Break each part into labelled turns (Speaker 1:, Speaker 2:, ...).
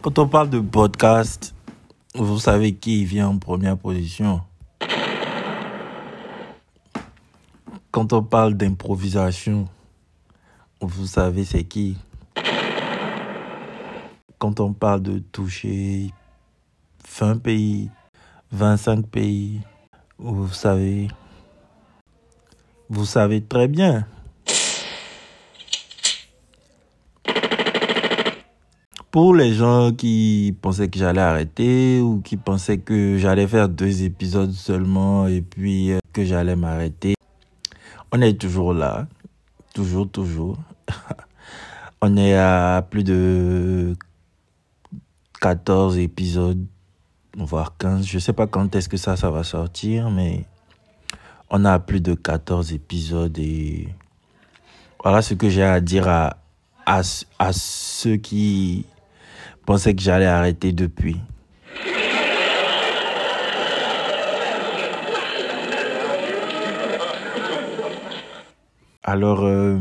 Speaker 1: Quand on parle de podcast, vous savez qui vient en première position Quand on parle d'improvisation, vous savez c'est qui Quand on parle de toucher 20 pays, 25 pays, vous savez, vous savez très bien. Pour les gens qui pensaient que j'allais arrêter ou qui pensaient que j'allais faire deux épisodes seulement et puis euh, que j'allais m'arrêter, on est toujours là, toujours, toujours. on est à plus de 14 épisodes, voire 15. Je sais pas quand est-ce que ça, ça va sortir, mais on a plus de 14 épisodes et voilà ce que j'ai à dire à, à, ce- à ceux qui pensaient que j'allais arrêter depuis. Alors, euh,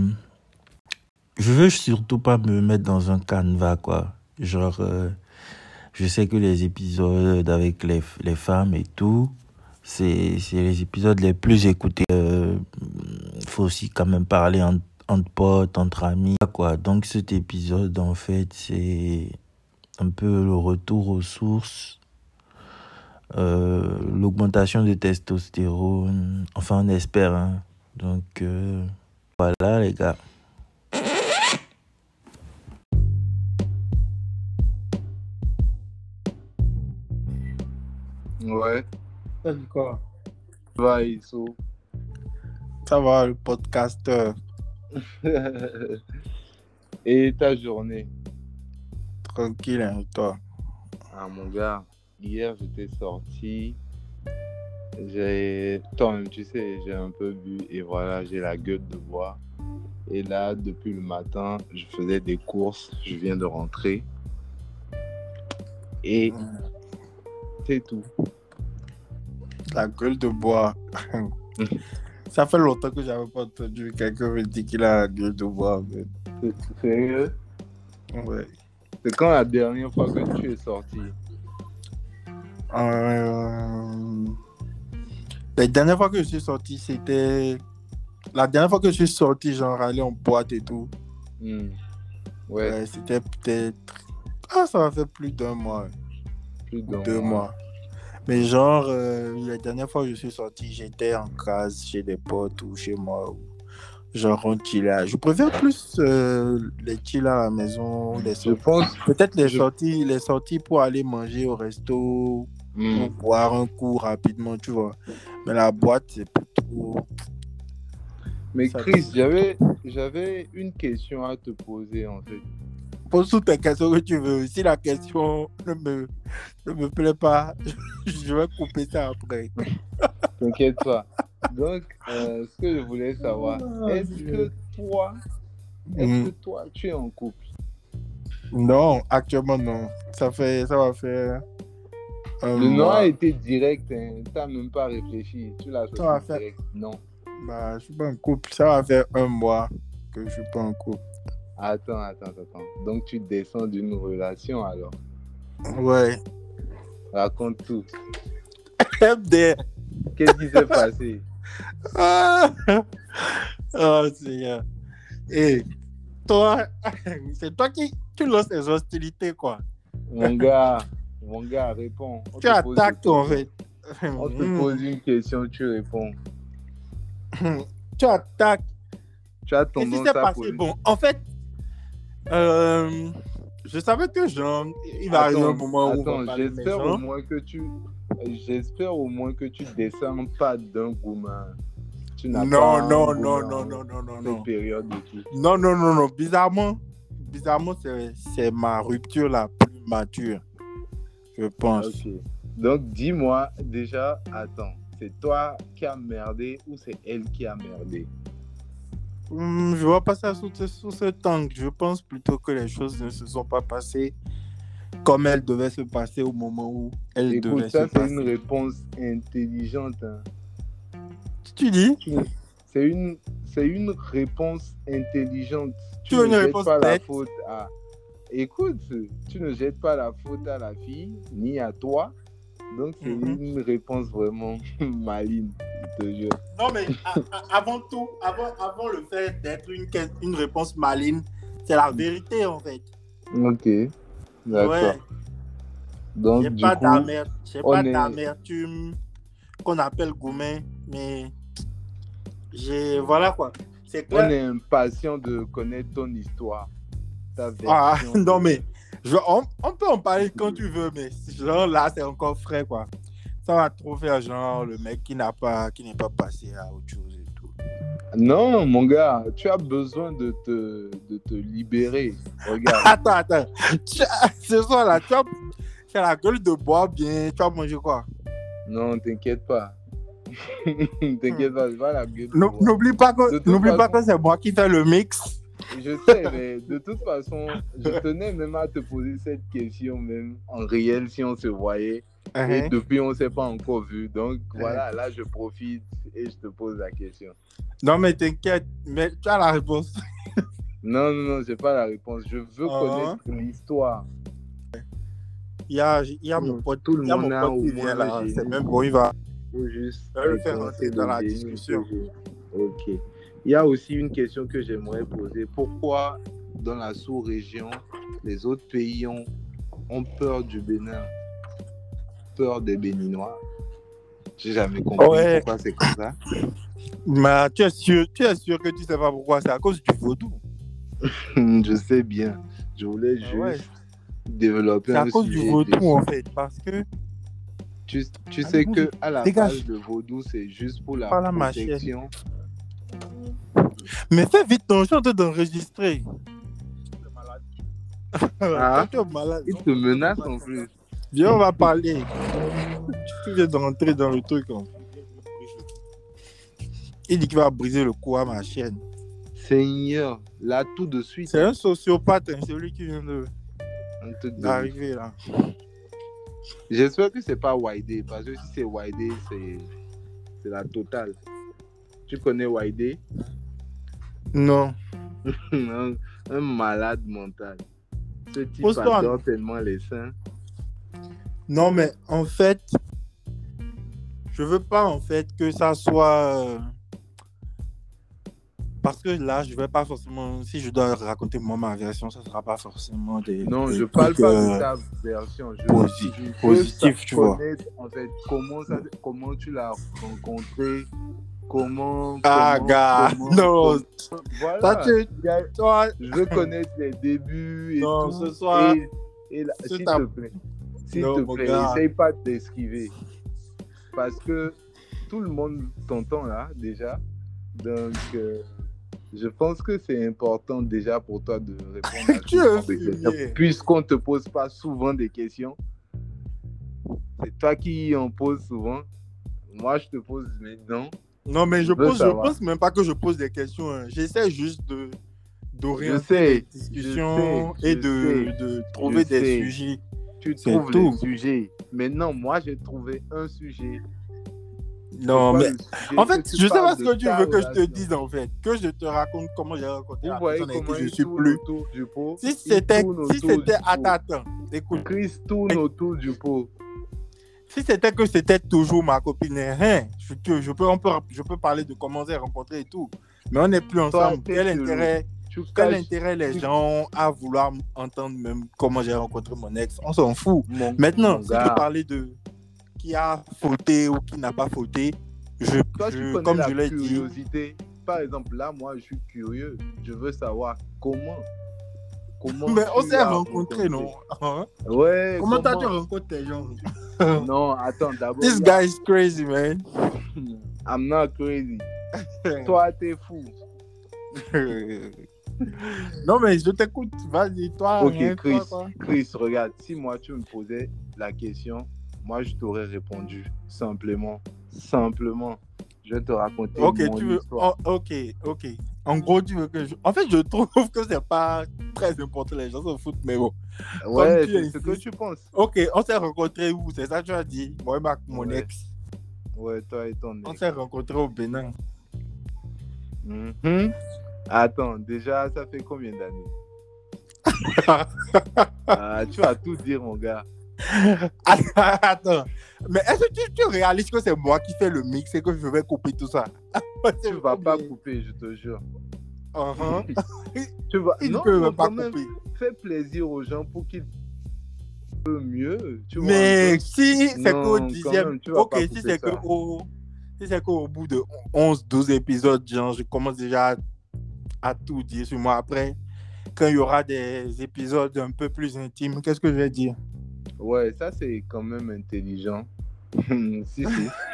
Speaker 1: je veux surtout pas me mettre dans un canevas, quoi. Genre, euh, je sais que les épisodes avec les, les femmes et tout, c'est c'est les épisodes les plus écoutés. Euh, faut aussi quand même parler en- entre potes, entre amis, quoi. Donc cet épisode, en fait, c'est un peu le retour aux sources, euh, l'augmentation de testostérone. Enfin, on espère. hein. Donc euh, voilà, les gars.
Speaker 2: Ouais,
Speaker 3: Ça dit quoi
Speaker 2: va Iso.
Speaker 3: Ça va, le euh, podcasteur.
Speaker 2: Et ta journée?
Speaker 3: Tranquille, hein, et toi
Speaker 2: Ah mon gars, hier j'étais sorti, j'ai, toi-même tu sais, j'ai un peu bu et voilà, j'ai la gueule de bois. Et là, depuis le matin, je faisais des courses, je viens de rentrer. Et c'est tout.
Speaker 3: La gueule de bois. Ça fait longtemps que j'avais pas entendu quelqu'un me dire qu'il a la gueule de bois. mais-
Speaker 2: C'est- Sérieux?
Speaker 3: Ouais.
Speaker 2: C'est quand la dernière fois que tu es sorti?
Speaker 3: Euh, La dernière fois que je suis sorti, c'était. La dernière fois que je suis sorti, genre aller en boîte et tout,
Speaker 2: Hmm. Ouais,
Speaker 3: euh, c'était peut-être. Ah, ça va faire plus d'un mois,
Speaker 2: plus
Speaker 3: ou
Speaker 2: d'un
Speaker 3: deux mois. Mais genre, euh, la dernière fois que je suis sorti, j'étais en case chez des potes ou chez moi. ou Genre, on chillait. Je préfère plus euh, les chill à la maison, les
Speaker 2: Je
Speaker 3: sorties.
Speaker 2: pense.
Speaker 3: Peut-être les
Speaker 2: je-
Speaker 3: sorties, les sorties pour aller manger au resto,
Speaker 2: Hmm.
Speaker 3: pour boire un coup rapidement, tu vois. Mais la boîte, c'est plutôt.
Speaker 2: Mais
Speaker 3: Ça-
Speaker 2: Chris, j'avais, j'avais une question à te poser en fait.
Speaker 3: Pose toutes les questions que tu veux. Si la question ne me, ne me plaît pas, je vais couper ça après.
Speaker 2: T'inquiète pas. Donc, euh, ce que je voulais savoir,
Speaker 3: Oh,
Speaker 2: est-ce
Speaker 3: Dieu.
Speaker 2: que toi,
Speaker 3: Mm.
Speaker 2: est-ce que toi, tu es en couple
Speaker 3: Non, actuellement, non. Ça, fait, ça va faire. un
Speaker 2: Le nom
Speaker 3: mois.
Speaker 2: a été direct, hein. t'as même pas réfléchi, tu l'as
Speaker 3: Ça va
Speaker 2: sorti
Speaker 3: faire-
Speaker 2: direct. Non.
Speaker 3: Bah, je suis pas en couple. Ça va faire un mois que je suis pas en couple.
Speaker 2: Attends, attends, attends. Donc tu descends d'une relation alors.
Speaker 3: Ouais.
Speaker 2: Raconte tout.
Speaker 3: MDR.
Speaker 2: Qu'est-ce qui s'est passé
Speaker 3: Ah oh, Seigneur. Et toi, c'est toi qui tu lances les hostilités, quoi.
Speaker 2: Mon gars, mon gars, réponds. On
Speaker 3: tu
Speaker 2: te pose
Speaker 3: attaques,
Speaker 2: une
Speaker 3: en
Speaker 2: question.
Speaker 3: fait. Hmm.
Speaker 2: On
Speaker 3: Mm.
Speaker 2: te pose une question, tu réponds.
Speaker 3: Tu attaques.
Speaker 2: Tu as
Speaker 3: Qu'est-ce qui
Speaker 2: tendance
Speaker 3: s'est
Speaker 2: à
Speaker 3: passé
Speaker 2: poser.
Speaker 3: Bon, en fait, euh, je savais que genre, il va arriver un moment où. on va
Speaker 2: attends,
Speaker 3: parler de
Speaker 2: j'espère
Speaker 3: mes gens.
Speaker 2: au moins que tu j'espère au moins que tu descends pas d'un gourmand. Tu n'as pas
Speaker 3: Non,
Speaker 2: un
Speaker 3: non,
Speaker 2: gourmand
Speaker 3: non, non, non, non, non,
Speaker 2: de
Speaker 3: non.
Speaker 2: période et tout.
Speaker 3: Non, non, non, non. Bizarrement, bizarrement c'est c'est ma rupture la plus mature, je pense.
Speaker 2: Ah, Ok. Donc dis-moi déjà, attends, c'est toi qui as merdé ou c'est elle qui a merdé
Speaker 3: Hmm, je vois pas ça sous, ce- sous ce temps. Je pense plutôt que les choses ne se sont pas passées comme elles devaient se passer au moment où elles
Speaker 2: Écoute,
Speaker 3: devaient
Speaker 2: ça
Speaker 3: se
Speaker 2: c'est
Speaker 3: passer.
Speaker 2: une réponse intelligente. hein.
Speaker 3: Tu dis
Speaker 2: C'est une c'est une réponse intelligente. Tu
Speaker 3: Tu veux
Speaker 2: ne
Speaker 3: une
Speaker 2: jettes
Speaker 3: réponse
Speaker 2: pas la
Speaker 3: bête
Speaker 2: faute à écoute, tu ne jettes pas la faute à la fille, ni à toi. Donc, c'est
Speaker 3: Mhm.
Speaker 2: une réponse vraiment maligne, je te jure.
Speaker 3: Non, mais a- a- avant tout, avant, avant le fait d'être une, que- une réponse maligne, c'est la vérité en fait.
Speaker 2: Ok, d'accord.
Speaker 3: Ouais,
Speaker 2: Donc,
Speaker 3: j'ai
Speaker 2: du
Speaker 3: pas
Speaker 2: coup,
Speaker 3: d'amert- j'ai
Speaker 2: on
Speaker 3: pas
Speaker 2: est-
Speaker 3: d'amertume qu'on appelle gourmet, mais j'ai. Voilà quoi. C'est
Speaker 2: on
Speaker 3: clair.
Speaker 2: est impatient de connaître ton histoire. Ta
Speaker 3: Ah,
Speaker 2: version.
Speaker 3: non, mais je- on, on peut en parler quand tu veux, mais genre là, c'est encore frais quoi. Ça va trop faire genre le mec qui n'a pas qui n'est pas passé à autre chose et tout.
Speaker 2: Non, mon gars, tu as besoin de te, de te libérer. Regarde.
Speaker 3: Attends, attends. Tu as- ce soir là, tu as, tu as la gueule de bois bien. Tu as mangé quoi
Speaker 2: non, t'inquiète pas. t'inquiète pas, je vois la gueule. de
Speaker 3: N'ou-
Speaker 2: bois.
Speaker 3: N'oublie pas
Speaker 2: De
Speaker 3: que
Speaker 2: toute
Speaker 3: n'oublie pas
Speaker 2: façon-
Speaker 3: que c'est moi qui fais le mix.
Speaker 2: Je sais, mais de toute façon, je tenais même à te poser cette question, même en réel, si on se voyait. Et
Speaker 3: Hein.
Speaker 2: depuis, on ne s'est pas encore vu. Donc voilà, là, je profite et je te pose la question.
Speaker 3: Non mais t'inquiète, mais tu as la réponse.
Speaker 2: Non, non, non, j'ai pas la réponse. Je veux
Speaker 3: Ah.
Speaker 2: connaître l'histoire.
Speaker 3: Il y a, il y a mon pote,
Speaker 2: Tout le
Speaker 3: il y a mon
Speaker 2: monde a
Speaker 3: pote
Speaker 2: au
Speaker 3: qui vient
Speaker 2: moins
Speaker 3: là.
Speaker 2: le
Speaker 3: C'est
Speaker 2: génie.
Speaker 3: même bon, il va.
Speaker 2: Ou juste
Speaker 3: Je vais le faire
Speaker 2: réponse
Speaker 3: rentrer dans
Speaker 2: de
Speaker 3: la
Speaker 2: génie
Speaker 3: discussion.
Speaker 2: que j'ai. Ok. Il y a aussi une question que j'aimerais poser. Pourquoi dans la sous-région, les autres pays ont, ont peur du Bénin, peur des Béninois J'ai jamais compris
Speaker 3: Ouais.
Speaker 2: pourquoi c'est comme ça.
Speaker 3: Mais tu es sûr, tu es sûr que tu sais pas pourquoi c'est à cause du vaudou.
Speaker 2: Je sais bien. Je voulais juste
Speaker 3: Ah Ouais,
Speaker 2: développer
Speaker 3: c'est à
Speaker 2: un
Speaker 3: cause du
Speaker 2: sujet
Speaker 3: vaudou hein.
Speaker 2: dessus.
Speaker 3: en fait, parce que
Speaker 2: Tu, tu
Speaker 3: Ah,
Speaker 2: sais
Speaker 3: bon,
Speaker 2: que à la
Speaker 3: dégage.
Speaker 2: base de vaudou, c'est juste pour la
Speaker 3: Par là, ma chérie.
Speaker 2: protection.
Speaker 3: Mais fais vite ton chant d'enregistrer.
Speaker 2: Ah.
Speaker 3: Toi, tu es malade.
Speaker 2: Ils te menacent en plus.
Speaker 3: Viens, on va parler. tu viens de rentrer dans le truc. hein. Il dit qu'il va briser le cou à ma chaîne.
Speaker 2: Seigneur, là tout de suite,
Speaker 3: C'est un sociopathe, hein, celui qui vient de-
Speaker 2: on te dit.
Speaker 3: d'arriver là.
Speaker 2: Ah J'espère que c'est pas Wydé, parce que si c'est Wydé, c'est c'est la totale. Tu connais Wydé
Speaker 3: Non.
Speaker 2: un, un malade mental. Ce type
Speaker 3: Pose-toi.
Speaker 2: adore tellement les seins.
Speaker 3: Non, mais en fait, je veux pas en fait que ça soit. euh, Parce que là, je vais pas forcément. Si je dois raconter moi ma version, ça sera pas forcément des.
Speaker 2: Non,
Speaker 3: des
Speaker 2: je parle
Speaker 3: trucs,
Speaker 2: pas
Speaker 3: euh,
Speaker 2: de ta version. Je,
Speaker 3: posi-
Speaker 2: je veux
Speaker 3: positif, tu vois.
Speaker 2: connaître, En fait, comment, ça- comment tu l'as rencontré Comment.
Speaker 3: Ah,
Speaker 2: comment-
Speaker 3: gars,
Speaker 2: comment-
Speaker 3: non.
Speaker 2: comment- voilà.
Speaker 3: Toi, tu-
Speaker 2: Il y a-
Speaker 3: toi,
Speaker 2: Je veux connaître les débuts et
Speaker 3: Non,
Speaker 2: tout.
Speaker 3: ce soir,
Speaker 2: Et, et là,
Speaker 3: c'est
Speaker 2: s'il
Speaker 3: ta-
Speaker 2: te plaît, s'il
Speaker 3: Non,
Speaker 2: te
Speaker 3: mon
Speaker 2: plaît,
Speaker 3: gars.
Speaker 2: essaye pas d'esquiver. Parce que tout le monde t'entend là, déjà. Donc, euh, je pense que c'est important déjà pour toi de répondre à
Speaker 3: Tu
Speaker 2: ce
Speaker 3: es
Speaker 2: genre de
Speaker 3: fumier.
Speaker 2: questions. Puisqu'on te pose pas souvent des questions, c'est toi qui en poses souvent. Moi, je te pose maintenant.
Speaker 3: Non, mais je
Speaker 2: Je veux
Speaker 3: pose, je
Speaker 2: savoir.
Speaker 3: pense même pas que je pose des questions. hein. J'essaie juste de
Speaker 2: Je
Speaker 3: d'orienter
Speaker 2: sais,
Speaker 3: la discussion
Speaker 2: je sais,
Speaker 3: et
Speaker 2: je
Speaker 3: de,
Speaker 2: sais,
Speaker 3: de trouver
Speaker 2: je
Speaker 3: des
Speaker 2: sais.
Speaker 3: sujets.
Speaker 2: tu
Speaker 3: C'est
Speaker 2: trouves
Speaker 3: tout.
Speaker 2: le sujet. Maintenant, moi, j'ai trouvé un sujet.
Speaker 3: Non,
Speaker 2: Pourquoi
Speaker 3: mais
Speaker 2: le sujet
Speaker 3: en
Speaker 2: que
Speaker 3: fait,
Speaker 2: tu
Speaker 3: je sais
Speaker 2: parles
Speaker 3: pas ce
Speaker 2: de
Speaker 3: que tu
Speaker 2: ta
Speaker 3: veux que je te
Speaker 2: relation
Speaker 3: dise en fait. Que je te raconte comment j'ai raconté
Speaker 2: Vous
Speaker 3: la
Speaker 2: voyez
Speaker 3: personne avec
Speaker 2: comment
Speaker 3: qui je
Speaker 2: il
Speaker 3: suis
Speaker 2: tourne
Speaker 3: plus.
Speaker 2: autour du pot.
Speaker 3: Si
Speaker 2: Il
Speaker 3: c'était,
Speaker 2: tourne
Speaker 3: si
Speaker 2: autour
Speaker 3: c'était,
Speaker 2: du pot.
Speaker 3: attends, attends, écoute.
Speaker 2: Chris tourne autour du pot.
Speaker 3: Si c'était que c'était toujours ma copine, hein, je, que je peux, on peut, je peux parler de comment on s'est rencontrés et tout. Mais on n'est plus ensemble.
Speaker 2: t'es
Speaker 3: Quel
Speaker 2: chelou.
Speaker 3: intérêt
Speaker 2: Tu
Speaker 3: Quel
Speaker 2: caches
Speaker 3: intérêt les
Speaker 2: tu-
Speaker 3: gens ont à vouloir m- entendre même comment j'ai rencontré mon ex On s'en fout.
Speaker 2: mon
Speaker 3: Maintenant,
Speaker 2: mon
Speaker 3: si
Speaker 2: gars.
Speaker 3: tu parlais de qui a fauté ou qui n'a pas fauté, je,
Speaker 2: Toi,
Speaker 3: je-
Speaker 2: tu connais
Speaker 3: comme
Speaker 2: la
Speaker 3: je l'ai dit,
Speaker 2: curiosité. Par exemple, là, moi, je suis curieux. Je veux savoir comment. Comment
Speaker 3: mais on
Speaker 2: tu
Speaker 3: s'est
Speaker 2: as
Speaker 3: rencontrés, non Hein
Speaker 2: rencontré. Ouais.
Speaker 3: Comment t'as tu rencontres tes gens
Speaker 2: Non, attends, d'abord.
Speaker 3: This
Speaker 2: là,
Speaker 3: guy is crazy, man.
Speaker 2: I'm not crazy. Toi, t'es fou.
Speaker 3: non, mais je t'écoute. Vas-y, toi.
Speaker 2: Ok,
Speaker 3: rien, toi,
Speaker 2: Chris.
Speaker 3: toi.
Speaker 2: Chris, regarde, si moi tu me posais la question, moi je t'aurais répondu simplement, simplement. Je vais te raconter
Speaker 3: Ok,
Speaker 2: mon
Speaker 3: tu veux.
Speaker 2: histoire.
Speaker 3: oh, ok, ok. En gros, tu veux que je. En fait, je trouve que c'est pas très important. Les gens s'en foutent, mais bon.
Speaker 2: ouais, c'est
Speaker 3: tu
Speaker 2: ce
Speaker 3: insistes.
Speaker 2: que tu penses.
Speaker 3: Ok, on s'est rencontrés où C'est ça que tu as dit Moi, ma- mon
Speaker 2: Ouais.
Speaker 3: ex.
Speaker 2: Ouais, toi et ton
Speaker 3: On
Speaker 2: ex.
Speaker 3: s'est rencontrés au Bénin.
Speaker 2: Mhm. Attends, déjà, ça fait combien d'années Ah, tu vas tout dire, mon gars.
Speaker 3: Attends, mais est-ce que tu, tu réalises que c'est moi qui fais le mix et que je vais couper tout ça
Speaker 2: Tu vas pas couper, je te jure.
Speaker 3: Uh-huh.
Speaker 2: Tu vas...
Speaker 3: Il ne
Speaker 2: non,
Speaker 3: peut
Speaker 2: non,
Speaker 3: même pas
Speaker 2: quand même,
Speaker 3: couper.
Speaker 2: fais plaisir aux gens pour qu'ils peu mieux. Tu vois, un
Speaker 3: Mais
Speaker 2: peu.
Speaker 3: si c'est
Speaker 2: Non,
Speaker 3: qu'au
Speaker 2: quand
Speaker 3: dixième,
Speaker 2: même, tu vas
Speaker 3: ok,
Speaker 2: pas
Speaker 3: si
Speaker 2: couper
Speaker 3: c'est
Speaker 2: ça.
Speaker 3: qu'au si c'est qu'au bout de 11, 12 épisodes, genre, je commence déjà à, à tout dire sur moi. Après, quand il y aura des épisodes un peu plus intimes, qu'est-ce que je vais dire
Speaker 2: Ouais, ça c'est quand même intelligent. si, si.